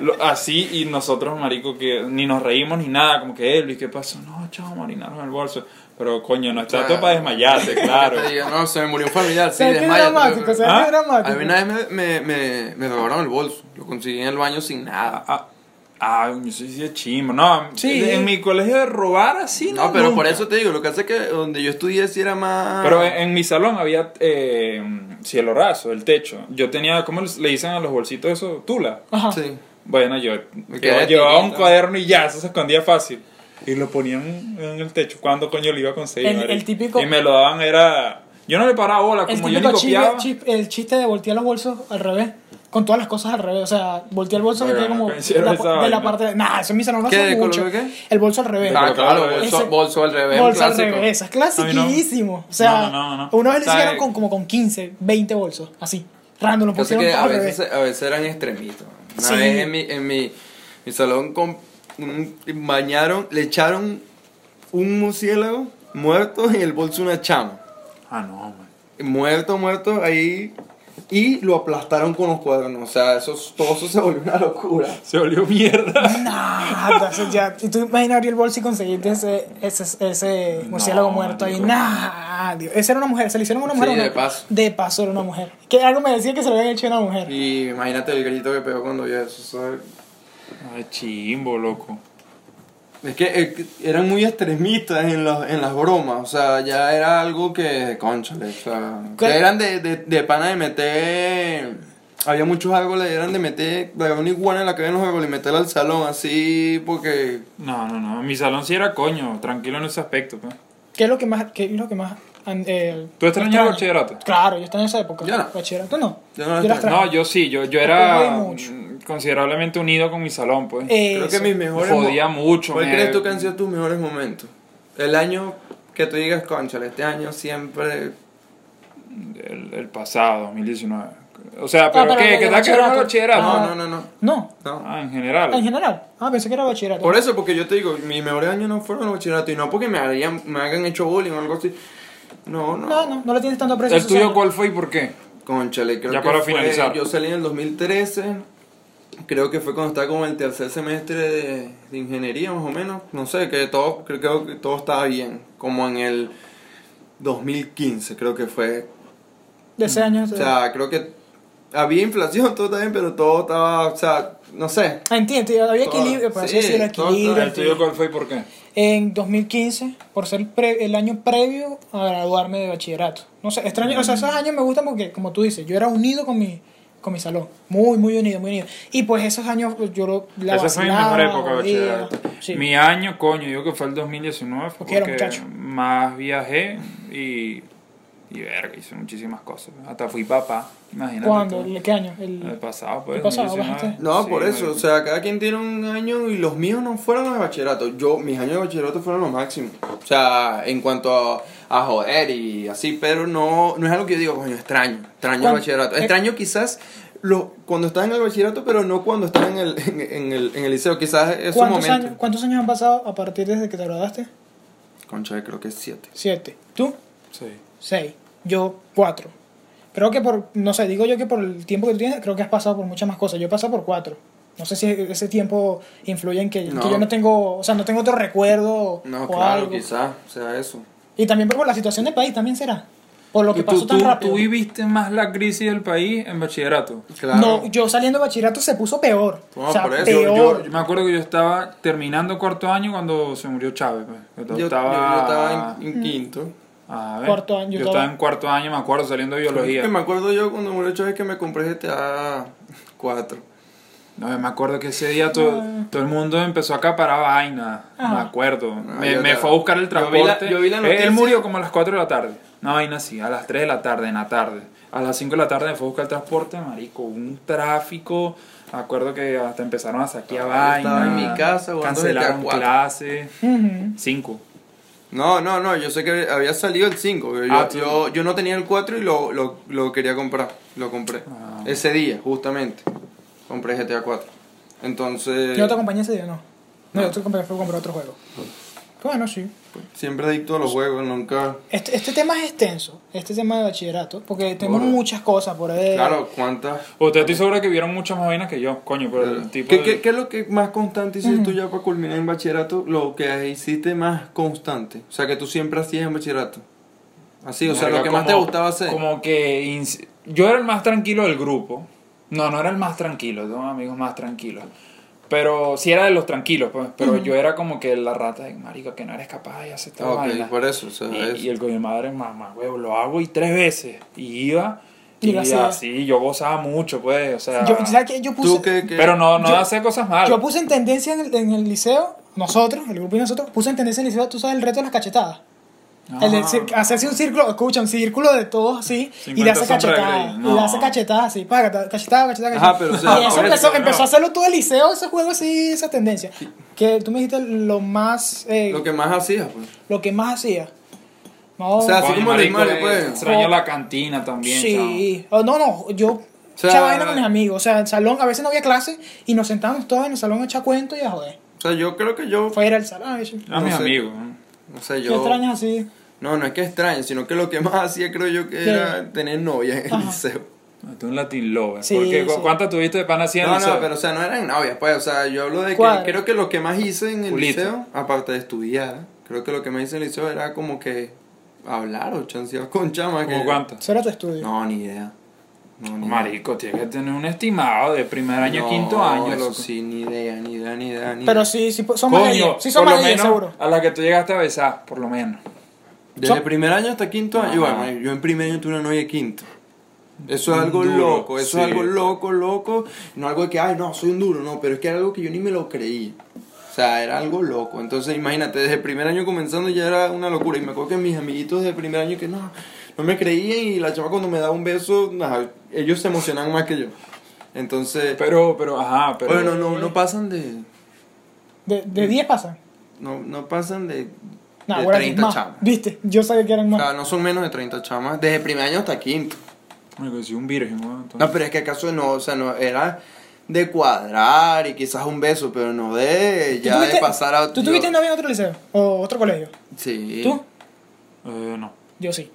B: Lo- así, y nosotros, marico, que ni nos reímos ni nada. Como que Elvis, ¿qué pasó? No, chavo, marinaron el bolso. Pero coño, no está
C: Claro.
B: todo para
C: [LAUGHS]
B: desmayarte, claro.
C: Te diga, no, se me murió un familiar. Sí,
A: ¿Sabes qué
C: desmáyate.
A: dramático? ¿Sabes
B: ¿Ah?
A: qué
C: A
A: dramático?
C: mí una vez me, me, me, me robaron el bolso. Lo conseguí en el baño sin nada.
B: Ah, ah, yo soy sí de chimbo. No,
A: Sí.
B: en mi colegio de robar así,
C: No,
B: no.
C: pero
B: nunca.
C: por eso te digo, lo que hace es que donde yo estudié sí era más...
B: Pero en, en mi salón había eh, cielo raso, el techo. Yo tenía, ¿cómo le dicen a los bolsitos eso? Tula.
A: Ajá.
C: Sí.
B: Bueno, yo
C: Me
B: yo
C: quedé
B: llevaba un
C: tirito.
B: cuaderno y ya, eso se escondía fácil. Y lo ponían en el techo. ¿Cuándo coño lo iba a conseguir?
A: El-
B: marico?
A: el típico-
B: Y me lo daban, era. Yo no le paraba bola,
A: El
B: como yo ni
A: típico chiste,
B: copiaba.
A: chip- el chiste de voltear los bolsos al revés. Con todas las cosas al revés. O sea, voltear el bolso que
B: Oiga,
A: tiene como.
B: ¿qué hicieron
A: la-
B: esa
A: de la
B: vaina?
A: parte. de- Nah, eso en mi salón no
C: ¿Qué?
A: hace
C: ¿De color
A: mucho.
C: de qué?
A: El bolso al revés.
C: Ah, claro, bolso,
A: Ese-
C: bolso al revés,
A: Bolsa
C: un
A: al
C: clásico.
A: revés, es
B: A mí no.
A: clasiquísimo. O sea,
B: No, no, no, no.
A: una vez lo
B: ¿Sabe?
A: hicieron con, como con 15, 20 bolsos, así. Random, lo
C: Yo sé
A: pusieron
C: que a
A: al
C: veces,
A: revés.
C: a veces eran extremitos. Una
A: Sí.
C: vez en mi, en mi, mi salón con, un- bañaron, le echaron un murciélago muerto en el bolso de una chama.
B: Ah, no, man.
C: Muerto, muerto ahí. Y lo aplastaron con los cuadernos. O sea, eso, todo eso se volvió una locura.
B: Se
A: [LAUGHS]
B: volvió mierda.
A: Nada, o sea, ya. Y tú imaginas abrir el bolso y conseguirte ese, ese, ese murciélago
B: No,
A: muerto ahí.
B: marico.
A: Nah, Dios. Esa era una mujer, se le hicieron a una mujer.
C: Sí,
A: o no?
C: de paso.
A: De paso era una mujer. Que algo me decía que se lo habían hecho a una mujer.
C: Y imagínate el grito que pegó cuando vio eso. ¿sabes?
B: Ay, chimbo, loco.
C: Es que es que eran muy extremistas en, los- en las bromas, o sea, ya era algo que, conchale, o sea,
A: ¿Qué?
C: ya eran de, de, de pana de meter, había muchos árboles, eran de meter, de una iguana en la cabeza de los árboles y meterla al salón, así, porque,
B: No, no, no. Mi salón sí era coño, tranquilo en ese aspecto, pues.
A: ¿Qué es lo que más, qué es lo que más an- eh,
B: ¿Tú extrañas
A: extraño.
B: el bachillerato?
A: Claro, yo extraño esa época.
C: Yo no.
A: Bachillerato no.
C: Yo no lo
A: la
C: extraño.
A: extraño.
B: No, yo sí, yo, yo
A: Yo
B: era
A: jodí mucho. Eh.
B: mm, considerablemente unido con mi salón, pues.
C: Creo que
A: Eso.
C: mis mejores.
B: Jodía
C: mo-
B: mucho,
C: ¿Cuál
B: me-
C: crees tú que han sido tus mejores momentos? El año que tú digas, concha, este año siempre.
B: El, el pasado, 2019. O sea, pero
A: Ah, pero
B: ¿qué?
A: de-
B: ¿Qué
A: de
B: tal que era el
A: bachillerato.
B: bachillerato?
A: Ah.
C: No, no, no, no.
A: No,
C: no.
B: Ah, en
A: en
B: general.
A: general. Ah, pensé que era bachillerato.
C: Por eso, porque yo te digo, mis mejores años no fueron los bachillerato y no porque me, harían, me hagan hecho bullying o algo así. No, no.
A: No, no, no le tienes tanto aprecio.
B: ¿El
A: social.
B: tuyo cuál fue y por qué?
C: Conchale, creo
B: Ya
C: que
B: para
C: fue-
B: finalizar.
C: yo salí en el 2013, creo que fue cuando estaba como en el tercer semestre de, de ingeniería más o menos, no sé, que todo, creo, creo que todo estaba bien, como en el 2015 creo que fue,
A: De ese año.
C: o sea, creo que había inflación, todo está bien, pero todo estaba, o sea, no sé,
A: Ah, Entiendo, tío, había
C: Todo.
A: equilibrio, por así
C: Sí,
A: decirlo,
C: todo-
A: equilibrio.
B: ¿El tuyo cuál fue y por qué?
A: En 2015, por ser pre- el año previo a graduarme de bachillerato. No sé, extraño, o sea,
B: Mm.
A: esos años me gustan porque, como tú dices, yo era unido con mi, con mi salón. Muy, muy unido, muy unido. Y pues esos años pues, yo lo, la
B: Esa fue mi
A: vacilaba,
B: mejor época de
A: jodía.
B: bachillerato.
A: Sí.
B: Mi año, coño, yo que fue el 2019, fue
A: Porque era
B: porque
A: muchacho.
B: más viajé y, y verga, hice muchísimas cosas. Hasta fui papá, imagínate.
A: ¿Cuándo?
B: tú.
A: ¿El- ¿Qué año?
B: El
A: El...
B: pasado, pues.
A: el pasado,
B: 2019.
A: bajaste.
C: no,
B: Sí,
C: por eso,
B: marico.
C: o sea, cada quien tiene un año y los míos no fueron los de bachillerato, yo, mis años de bachillerato fueron los máximos, o sea, en cuanto a, a joder y así, pero no, no es algo que yo digo, coño, extraño, extraño el
A: ¿Cuán-
C: bachillerato,
A: eh?
C: extraño quizás lo, cuando estaba en el bachillerato, pero no cuando estaba en el, en, en el, en el liceo, quizás esos
A: ¿Cuántos,
C: momentos.
A: años, ¿Cuántos años han pasado a partir desde que te graduaste?
C: Concha, creo que es siete.
A: Siete. ¿Tú?
B: Sí.
A: Seis. Yo, cuatro. Creo que por, no sé, digo yo que por el tiempo que tú tienes, creo que has pasado por muchas más cosas. Yo he pasado por cuatro. No sé si ese tiempo influye en que,
C: No.
A: que yo no tengo, o sea, no tengo otro recuerdo
C: No,
A: o
C: claro,
A: algo.
C: quizás sea eso.
A: Y también por la situación del país también será. Por lo que
B: ¿Tú-
A: pasó
B: tú,
A: tan
B: tú-
A: rápido.
B: tú viviste más la crisis del país en bachillerato.
C: Claro.
A: No, yo saliendo de bachillerato se puso peor.
C: No,
A: o sea,
C: por eso.
A: peor.
C: Yo-
B: Yo me acuerdo que yo estaba terminando cuarto año cuando se murió Chávez. pues.
C: yo,
B: Yo
C: yo
B: estaba,
C: estaba en, en quinto.
B: A ver,
A: Cuarto año,
B: Yo
A: yo
B: estaba
A: estaba-
B: en cuarto año, me acuerdo, saliendo de biología.
C: Que me acuerdo yo cuando murió Chávez que me compré GTA 4.
B: No, me acuerdo que ese día todo, todo el mundo empezó a acaparar vaina. Me
A: Ah.
B: acuerdo. me
C: yo
B: me
C: te-
B: fue a buscar el
C: yo vi la-
B: transporte.
C: yo vi la
B: Él-
C: noticia.
B: Él murió como a las 4 de la tarde. Una vaina así, a las 3 de la tarde, en la tarde. A las 5 de la tarde me fue a buscar el transporte, marico. Un tráfico. Me acuerdo que hasta empezaron a saquear
C: Ah, yo
B: vaina.
C: estaba en mi casa jugando
B: Cancelaron
C: GTA cuatro.
B: clases.
A: Ujú.
B: 5.
C: No, no, no, yo sé que había salido el 5. Yo,
B: Ah, tú-
C: yo, yo no tenía el 4 y lo, lo, lo quería comprar. Lo compré.
B: Ah.
C: Ese día, justamente. Compré GTA 4. Entonces,
A: Yo te acompañé ese día, no. No, yo te acompañé fue a comprar otro juego. Bueno, sí.
C: siempre adicto a los juegos, nunca.
A: Este, este tema es extenso, este tema de bachillerato, porque tenemos
C: Bueno.
A: muchas cosas por ver.
C: Claro, cuántas.
B: Usted estoy seguro que vieron muchas más vainas que yo, coño, pero el
C: ¿Qué,
B: tipo. de-
C: qué, qué es lo que más constante hiciste tú ya para culminar en bachillerato? Lo que hiciste más constante. O sea, que tú siempre hacías en bachillerato. Así, o sea,
B: Verga,
C: lo que más te
B: como-
C: gustaba hacer.
B: Como que. ins- Yo era el más tranquilo del grupo. No, no era el más tranquilo, tengo amigos más tranquilos. Pero sí era de los tranquilos, pues. Pero yo era como que la rata de marico, que no eres capaz de hacer esta
C: Ah, ok,
B: vaina".
C: por eso, o sea,
B: Y-
C: es-
B: Y, el coño de madre, mamá, huevo, lo hago y tres veces. Y iba.
A: Y
B: Y,
A: lo hacía.
B: así, yo gozaba mucho, pues. O sea.
A: Yo, ¿sabes qué? Yo puse,
C: ¿Tú qué, qué?
B: pero no, no
A: Yo-
B: hacía cosas malas.
A: yo puse en tendencia en el, en el liceo, nosotros, el grupo y nosotros, puse en tendencia en el liceo, tú sabes, el reto de las cachetadas. El de
B: Ah.
A: cir- hacerse un círculo, escucha, un círculo de todos así, y le
B: 50
A: hace
B: sombras de
A: cachetadas,
B: Grey.
A: y le
B: No.
A: hace cachetadas así, paga, ta- cachetada, cachetada,
C: Ajá,
A: cachetada.
C: pero, o sea,
A: y eso
B: ahora
A: empezó,
B: sí, no.
A: empezó a hacerlo todo el liceo, ese juego así, esa tendencia. Que tú me dijiste lo más, eh,
C: Lo que más hacías, pues.
A: más hacía. No,
C: O sea, así
B: Coño,
C: como el
B: marico,
C: Mario,
B: eh,
C: pues.
B: Extraño la cantina también. chamo.
A: Sí. Oh, no, no, yo
C: sea,
A: echaba vaina con mis amigos. O sea, en el salón, a veces no había clase y nos sentábamos todos en el salón a echar cuentos y a joder.
C: O sea, yo creo que yo.
A: Fue ir al salón. eso.
B: A mis
C: No sé.
B: amigos.
C: No sé,
A: ¿Qué
C: yo.
A: extrañas así?
C: No, no es que extraño, sino que lo que más hacía creo yo que
A: ¿Qué?
C: era tener novia en el
A: Ajá.
C: liceo.
B: Ah, Tú un Latin Lover.
A: Sí,
B: Porque, ¿cu-
A: sí.
B: ¿Cuántas tuviste de pan así en el
C: No,
B: liceo?
C: no, pero o sea, no eran novias, pues. O sea, yo hablo de que
A: ¿Cuál?
C: creo que lo que más hice en el
B: Culito.
C: liceo, aparte de estudiar, creo que lo que más hice en el liceo era como que hablar o chancear con chamas.
B: ¿Cómo
C: que-
B: cuántas?
A: Eso era tu estudio.
C: No, ni idea. No, ni idea.
B: Marico, tienes que tener un estimado de primer año,
C: No,
B: quinto año,
C: eso
B: loco.
C: Sí, ni idea, ni idea, ni idea. Ni
A: Pero
C: idea.
A: sí, sí, son más de
B: Coño,
A: 10. Sí, son
B: por
A: más
B: lo
A: de 10,
B: menos
A: seguro.
B: a la que tú llegaste a besar, por lo menos.
C: Desde
A: Son-
C: primer año hasta quinto año.
B: Ajá.
C: Bueno, yo en primer año tuve una novia de quinto. Eso es
B: Un
C: algo
B: duro,
C: loco, eso
B: sí.
C: es algo loco, loco. No algo de que, ay, no, soy un duro, no, pero es que era algo que yo ni me lo creí. O sea, era algo loco. Entonces, imagínate, desde el primer año comenzando ya era una locura. Y me acuerdo que mis amiguitos desde el primer año que no, no me creían y la chama cuando me daba un beso, nah, ellos se emocionaban más que yo. Entonces,
B: Pero, pero, ajá, pero.
C: bueno, no, no pasan de,
A: De, de 10 pasan.
C: no, no pasan de,
A: No,
C: Mm. de
A: ahora
C: 30
A: más.
C: chamas.
A: Viste, yo sabía que eran
C: O
A: más.
C: sea, no son menos de 30 chamas, desde el primer año hasta quinto.
B: Marico, soy un virgen, weón. entonces-
C: No, pero es que acaso no, o sea, no, era de cuadrar y quizás un beso, pero no de
A: ¿Tú
C: ya de
A: tuviste-
C: pasar a
A: ¿Tú
C: yo-
A: tuviste novia en otro liceo? ¿O otro colegio?
C: Sí.
A: ¿Tú?
B: Eh, no.
A: Yo sí.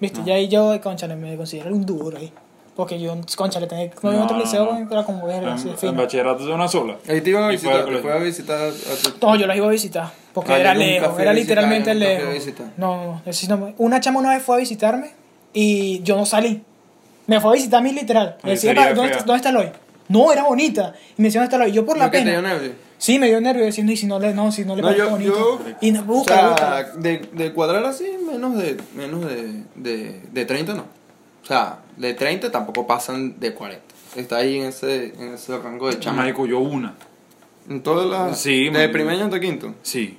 A: Viste,
B: No.
A: ya ahí yo, conchale, me considero un duro ahí. Porque yo, conchale, tener novia en
B: No,
A: otro
B: no,
A: liceo
B: no.
A: era como verga, así de
B: En, Ah, en
A: fino.
B: bachillerato de una sola.
C: Ahí te iban a
B: Y fue al
C: visitar, te
B: colegio.
C: fue a visitar a tu...
A: No, yo las iba a visitar. Porque
C: Ah, yo
A: era
C: nunca
A: lejos,
C: fui a
A: era
C: visitar,
A: literalmente
C: yo nunca fui a
A: lejos.
C: visitar.
A: No, no, no, eso sí no me- Una chama una vez fue a visitarme y yo no salí. Me fue a visitar a mí literal. Me
B: Ay,
A: decía,
B: sería
A: "Pa, ¿dónde
B: fea.
A: está, ¿dónde está Eloy? No, era bonita. Y me decía, ¿dónde está Eloy? Yo por la
C: ¿No que te dio
A: pena.
C: nervio?
A: Sí, me dio nervio decir, no, y si no le, no, si no le
C: No,
A: parece
C: yo-
A: bonito.
C: yo-
A: y no,
C: O
A: búscalo,
C: sea,
A: búscalo.
C: de, de cuadrar así, menos de menos de, de, de 30 no. O sea, de 30 tampoco pasan de 40. Está ahí en ese, en ese rango de chama.
B: Marico, yo una.
C: En todas las...
B: Sí,
C: Desde
B: marico.
C: primer año hasta quinto.
B: Sí.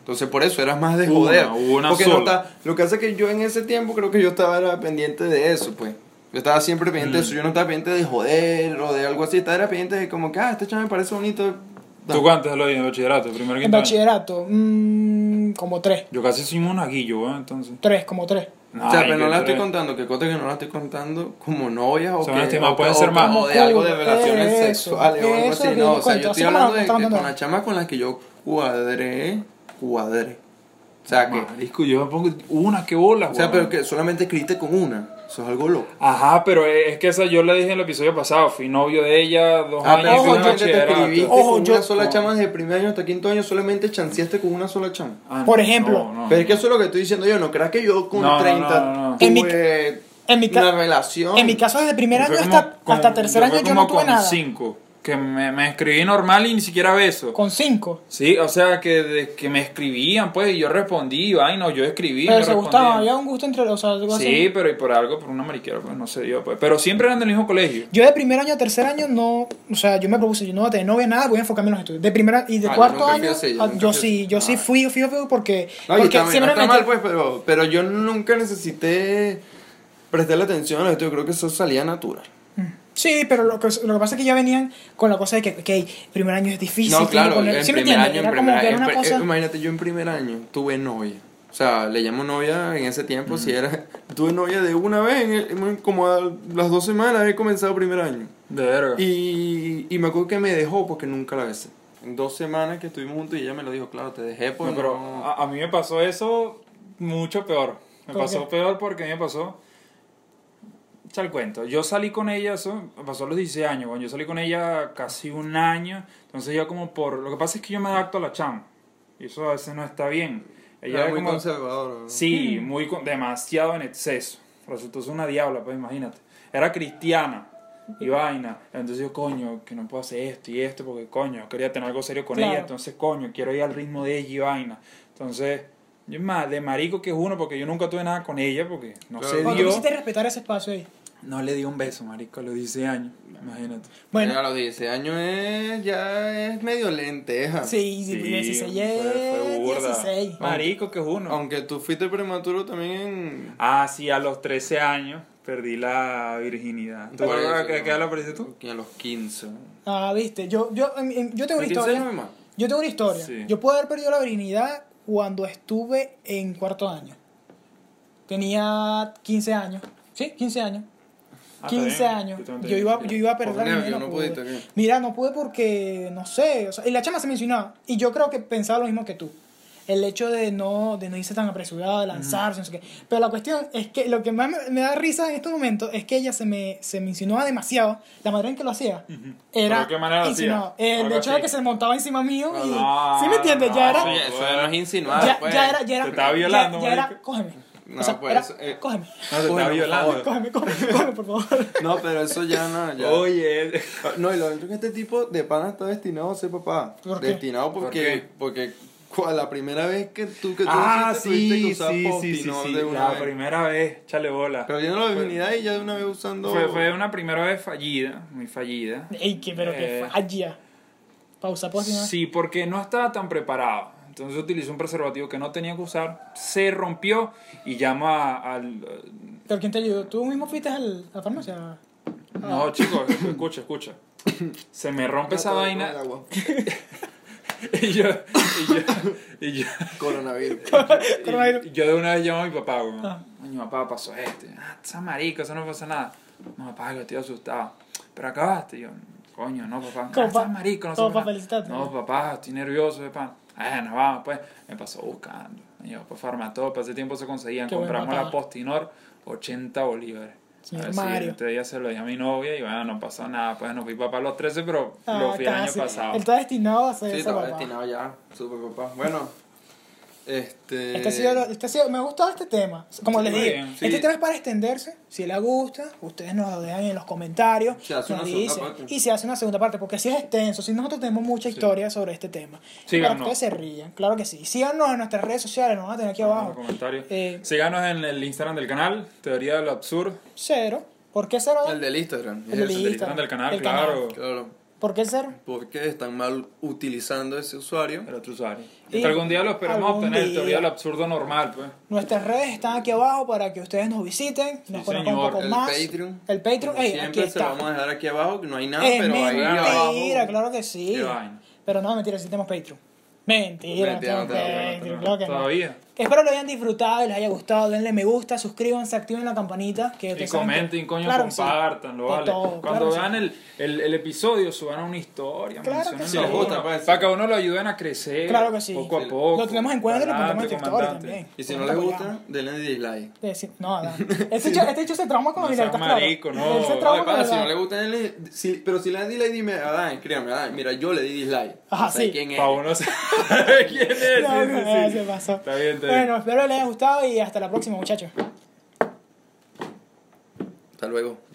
C: Entonces por eso eras más de
B: Una,
C: joder.
B: una
C: porque
B: sola.
C: no está, lo que hace que yo en ese tiempo creo que yo estaba era pendiente de eso, pues. Yo estaba siempre pendiente
B: Mm.
C: de eso, yo no estaba pendiente de joder o de algo así, estaba era pendiente de como que, ah, este chaval me parece bonito. Da.
B: ¿Tú cuántas lo en bachillerato? Primero
A: En
B: quinto año?
A: bachillerato, mm, como tres.
B: Yo casi soy monaguillo, weón, entonces.
A: Tres, como tres.
C: o sea,
B: Ay,
C: pero no
B: qué
C: la estoy
B: tres.
C: contando, que cosa que no la estoy contando como novia o
B: Son
C: que
B: las temas,
C: o-
B: pueden
C: o-
B: ser más.
C: o de algo de
A: Eso,
C: relaciones
A: eso,
C: sexuales o algo
A: eso
C: así,
A: que
C: no,
A: yo
C: o sea,
A: cuento,
C: yo estoy
A: eso no me lo
C: hablando de
A: estaba
C: que con
A: contando.
C: la chama con la que yo cuadré, cuadré. O sea, que,
B: Marico, yo me pongo una, qué bola,
C: o sea,
B: weón.
C: pero que solamente escribiste con una, eso es algo loco.
B: Ajá, pero es que esa yo la dije en el episodio pasado. Fui novio de ella dos
C: Ah,
B: años
A: Ojo, yo-
B: en
C: pero solamente te
B: bachillerato.
C: escribiste
A: Ojo,
C: con
A: yo-
C: una sola
B: no.
C: chama desde primer año hasta quinto año, solamente chanceaste con una sola chama.
B: Ah, no,
A: Por ejemplo.
B: no, no.
C: Pero es que eso es lo que estoy diciendo yo, no creas que yo con
B: No, no,
C: 30
B: no, no, no.
A: En mi-
C: tuve
A: en mi ca-
C: una relación.
A: En mi caso, desde primer
B: Yo
A: año
B: fue
A: hasta,
B: como-
A: hasta
B: como-
A: tercer
B: yo
A: año
B: fue
A: yo no
B: como
A: tuve
B: con
A: nada.
B: cinco. Que me, me escribí normal y ni siquiera beso.
A: Con cinco.
B: Sí, o sea, que, de- que me escribían, pues, y yo respondí, y vaina, o yo escribí.
A: Pero
B: yo
A: se
B: respondía.
A: gustaban, había un gusto entre los. O sea, algo
B: Sí,
A: así.
B: pero y por algo, por una mariquera, pues no sé yo, pues. Pero siempre eran del mismo colegio.
A: Yo de primer año a tercer año no. O sea, yo me propuse, yo no voy a tener novia nada, voy a enfocarme en los estudios. De primera y de
C: Ah, yo
A: cuarto
C: nunca fui
A: año. ah,
C: así, yo
A: Yo,
C: nunca fui
A: sí,
C: así.
A: yo sí
C: Ah.
A: fui, fui, fui porque.
C: No, y
A: porque
C: también, no
A: siempre
C: está
A: me
C: mal,
A: metí-
C: pues, pero, pero yo nunca necesité prestarle atención a esto, yo creo que eso salía natural.
A: Mm. Sí, pero lo que, lo que pasa es que ya venían con la cosa de que, ok, primer año es difícil.
C: no,
A: tiene que
C: claro,
A: poner-
C: en
A: ¿sí me
C: primer
A: entiendes?
C: año, en
A: Era
C: primer
A: como que
C: año, pues, eh,
A: era una
C: en pri-
A: cosa.
C: imagínate, yo en primer año tuve novia. O sea, le llamo novia en ese tiempo,
B: Mm.
C: si era, [LAUGHS] tuve novia de una vez, en el- como a las dos semanas he comenzado primer año.
B: De verga.
C: Y, y me acuerdo que me dejó porque nunca la besé. En dos semanas que estuvimos juntos y ella me lo dijo, claro, te dejé pues, porque
B: No, pero ah, a, a mí me pasó eso mucho peor. Me
A: ¿Por
B: pasó peor porque a mí me pasó. Echa el cuento. Yo salí con ella, eso me pasó a los 16 años. Bueno, yo salí con ella casi un año. Entonces yo, como por. Lo que pasa es que yo me adapto a la chama. Y eso a veces no está bien. Ella
C: Era
B: era
C: muy
B: como-
C: conservadora. ¿no?
B: Sí,
A: Mm.
B: muy con- demasiado en exceso. Resultó ser una diabla, pues imagínate. Era cristiana y vaina. Entonces yo, coño, que no puedo hacer esto y esto porque, coño, quería tener algo serio con
A: Claro.
B: ella. Entonces, coño, quiero ir al ritmo de ella y vaina. Entonces, yo más de marico que es uno porque yo nunca tuve nada con ella porque no
C: Claro.
B: se
A: Cuando
B: dio.
A: quisiste respetar ese espacio ahí.
B: No le di un beso, marico, a los 16 años. Imagínate.
A: Bueno,
C: Ella a los 16 años es, ya es medio lenteja.
A: sí,
B: Sí,
A: 16,
B: fue- fue burda.
A: 16.
B: Marico que es uno.
C: Aunque tú fuiste prematuro también en...
B: Ah, sí, a los 13 años perdí la virginidad. Pues, ¿Te
C: Por
B: acuerdas
C: eso,
B: que,
C: ¿no?
B: que la perdiste tú?
C: que a los 15. ¿En
A: Ah, viste, yo, yo, en- en- yo tengo una
C: 15 años,
A: historia.
C: mi mamá?
A: Yo tengo una historia.
B: Sí.
A: Yo puedo haber perdido la virginidad cuando estuve en cuarto año. Tenía 15 años. ¿Sí? 15 años.
B: Ah, está
A: 15
B: bien.
A: años.
B: Yo también
A: Yo
B: tenía
A: iba,
B: 15.
A: yo iba a perder pues.
C: Por
A: la
C: nervio,
A: virginidad.
C: no
A: pude.
C: pudiste, ¿qué?
A: Mira, no pude porque, no sé, o sea, y la chama se mencionaba. Y yo creo que pensaba lo mismo que tú. El hecho de no, de no irse tan apresurado, de lanzarse, no sé qué. Pero la cuestión es que lo que más me, me da risa en estos momentos es que ella se me, se me insinuaba demasiado. La manera en que lo hacía era
B: ¿Pero qué manera lo
A: insinuado.
B: hacía?
A: Eh,
B: Algo
A: de hecho,
B: así.
A: de que se montaba encima mío y...
B: No,
A: ¿Sí me entiendes?
B: no,
A: Ah, ya era...
B: eso
C: Eso no es insinuar,
A: Ya,
C: pues.
A: ya era, ya era...
B: Ah, Te estaba
A: ya-
B: violando,
A: Ya, era,
B: marico.
A: cógeme.
C: No,
A: o sea,
C: pues,
A: era,
C: eso, eh,
A: cógeme.
B: No, te estaba
C: Bueno,
B: violando.
A: Cógeme, cógeme, cógeme, por favor. [LAUGHS]
C: No, pero eso ya no, ya...
B: Oye,
C: No, y lo otro que este tipo de pana está destinado a ser papá.
A: ¿Por qué?
C: Destinado porque, porque cua- la primera vez que [LAUGHS] tú que tú
B: ah,
C: hiciste, tuviste
B: sí,
C: que
B: sí,
C: usar
B: sí, sí,
C: Postinol
B: sí,
C: de una
B: la
C: vez.
B: primera vez, chale bola.
C: Perdiendo la virginidad y ya de una vez usando.
B: Fue, fue una primera vez fallida, muy fallida.
A: Ey, que, pero que
B: Eh.
A: falla. ah. Pausa, pausa.
B: Sí, porque no estaba tan preparado. Entonces utilizó un preservativo que no tenía que usar, se rompió y llama a- al... uh,
A: ¿Pero quién te ayudó? ¿Tú mismo fuiste al- a la farmacia? Ah.
B: No, chicos,
A: [LAUGHS]
B: escucha, escucha. Se me rompe esa vaina [LAUGHS] y yo, y yo, y yo,
C: Coronavirus.
B: Y-
A: [LAUGHS] Coronavirus.
B: y yo de una vez llamo a mi papá, güey.
A: Ah.
B: Mi papá pasó esto. Ah, esa marica, eso no pasa nada. No, papá, que estoy asustado. Pero acabaste. Y yo, coño, no,
A: Como
B: papá. Ah,
A: pa-
B: estás marico, no
A: como
B: sé
A: pa'
B: nada.
A: felicitarte,
B: No,
A: ¿no?
B: papá, estoy nervioso, de pan. Ah, nos vamos, pues. Me pasó buscando. Y yo, pues farmatop, ese tiempo se conseguían.
A: Qué buen
B: Compramos
A: papá.
B: la Postinor, 80 bolívares.
A: Señor
B: Al
A: Mario.
B: siguiente día se lo di a mi novia y bueno, no pasó nada. Pues no fui papá a los 13, pero lo fui el año
A: Ah, casi.
B: pasado.
A: Él está destinado a ser
C: Sí,
A: esa
C: estaba
A: papá.
C: destinado ya. Super papá. Bueno. Este.
A: Este ha sido, lo- este ha sido- me ha gustado este tema. Como les
B: Muy
A: dije,
B: bien,
C: sí.
A: este tema es para extenderse. Si les gusta, ustedes nos lo dejan en los comentarios.
C: Se hace
A: nos
C: una segunda
A: dicen,
C: parte.
A: Y se hace una segunda parte, porque si es extenso, si nosotros tenemos mucha historia sobre este tema.
B: Sí,
A: para que
B: no.
A: ustedes se rían, claro que sí. Síganos en nuestras redes sociales, nos van a tener aquí
B: En los
A: abajo.
B: comentarios.
A: Eh,
B: Síganos en el Instagram del canal, Teoría de lo Absurdo.
A: Cero. ¿Por qué cero?
C: El del
A: El
C: Instagram.
A: del
C: Ese.
A: Instagram.
B: Instagram del canal,
A: El
B: claro.
C: Claro.
A: ¿Por qué cero?
C: ¿Por qué están mal utilizando ese usuario?
B: El otro usuario.
A: Y
B: Hasta algún día lo esperamos
A: algún
B: obtener,
A: día.
B: teoría del absurdo normal, pues.
A: Nuestras redes están aquí abajo para que ustedes nos visiten, nos conozcan un
B: señor.
A: poco
C: El
A: más.
C: Patreon.
A: El Patreon,
C: Como
A: ey, aquí
C: Siempre se lo
A: está.
C: vamos a dejar aquí abajo. que No hay nada,
A: Es
C: pero ahí
A: mentira,
C: abajo.
A: claro que sí.
B: Qué vaina.
A: Pero no, mentira, sí tenemos Patreon. Mentira,
C: Mentira,
A: tenemos
C: no tenemos,
A: Patreon,
B: Pero
A: claro Eh, que no.
B: Todavía.
A: Espero lo hayan disfrutado y les haya gustado. Denle me gusta, suscríbanse, activen la campanita. Que
B: Y
A: ustedes saben que-
B: comenten, coño,
A: Claro que sí.
B: compartanlo,
A: De
B: vale.
A: todo,
B: Cuando
A: claro que
B: vean
A: sí.
B: el, el, el episodio, suban una historia,
A: Claro que
B: mencionenlo
A: sí.
B: a
A: Si les
B: uno,
C: gusta, pues,
B: Para
C: sí.
B: que a uno lo ayuden a crecer.
A: Claro que sí.
B: Poco a
C: Sí.
B: poco.
A: Lo tenemos en cuenta y lo
B: Adelante,
A: ponemos en tu historia
B: comandante.
A: también.
C: Y si no les gusta, denle dislike.
A: De decir- no,
B: [LAUGHS]
A: Adán. Este hecho, este hecho se trauma con
B: No
A: el
B: seas
A: alta, claro.
B: marico, no,
A: Él se
B: no,
A: trauma
B: de
A: con
B: pana,
A: el
C: si no
A: alta.
C: le gusta, denle. si- pero si le dan dislike, dime, Adán, créame, Adán. Mira, yo le di dislike.
A: Ajá,
C: No sé
A: sí.
C: ¿Quién es?
B: Para uno [LAUGHS] se- ¿Quién es? Sí,
A: No,
B: sí,
A: no,
B: sí.
A: se pasó.
B: Está bien, está bien.
A: Bueno, espero les haya gustado y hasta la próxima, muchachos.
C: Hasta luego.